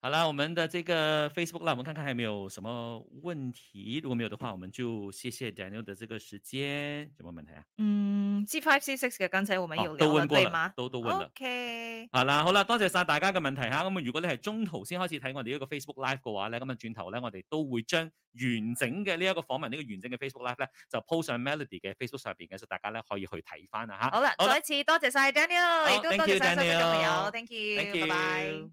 [SPEAKER 1] 好啦，我們的這個 Facebook 啦，我們看看還有沒有什麼問題。如果沒有的話，我們就謝謝 Daniel 的這個時間。有冇問題啊？
[SPEAKER 2] 嗯，G five C six 嘅剛才我們
[SPEAKER 1] 哦
[SPEAKER 2] 有
[SPEAKER 1] 都
[SPEAKER 2] 哎聊
[SPEAKER 1] 問
[SPEAKER 2] 了，
[SPEAKER 1] 過
[SPEAKER 2] 對
[SPEAKER 1] 了
[SPEAKER 2] 嗎？
[SPEAKER 1] 都都問了
[SPEAKER 2] OK，
[SPEAKER 1] 係啦，好啦，多謝晒大家嘅問題嚇。咁啊如果你係中途先開始睇我哋呢個 Facebook Live 嘅話咧，咁啊轉頭咧，我哋都會將完整嘅呢一個訪問呢、個完整嘅 Facebook Live 咧，就 po 上 Melody 嘅 Facebook 上邊嘅，所以大家咧可以去睇翻啊嚇。
[SPEAKER 2] 好啦，
[SPEAKER 1] 好啦
[SPEAKER 2] 再一次多謝晒 Daniel，亦都
[SPEAKER 1] thank
[SPEAKER 2] 多謝
[SPEAKER 1] you，
[SPEAKER 2] 晒所有嘅朋
[SPEAKER 1] Daniel
[SPEAKER 2] 友，Thank you，拜拜。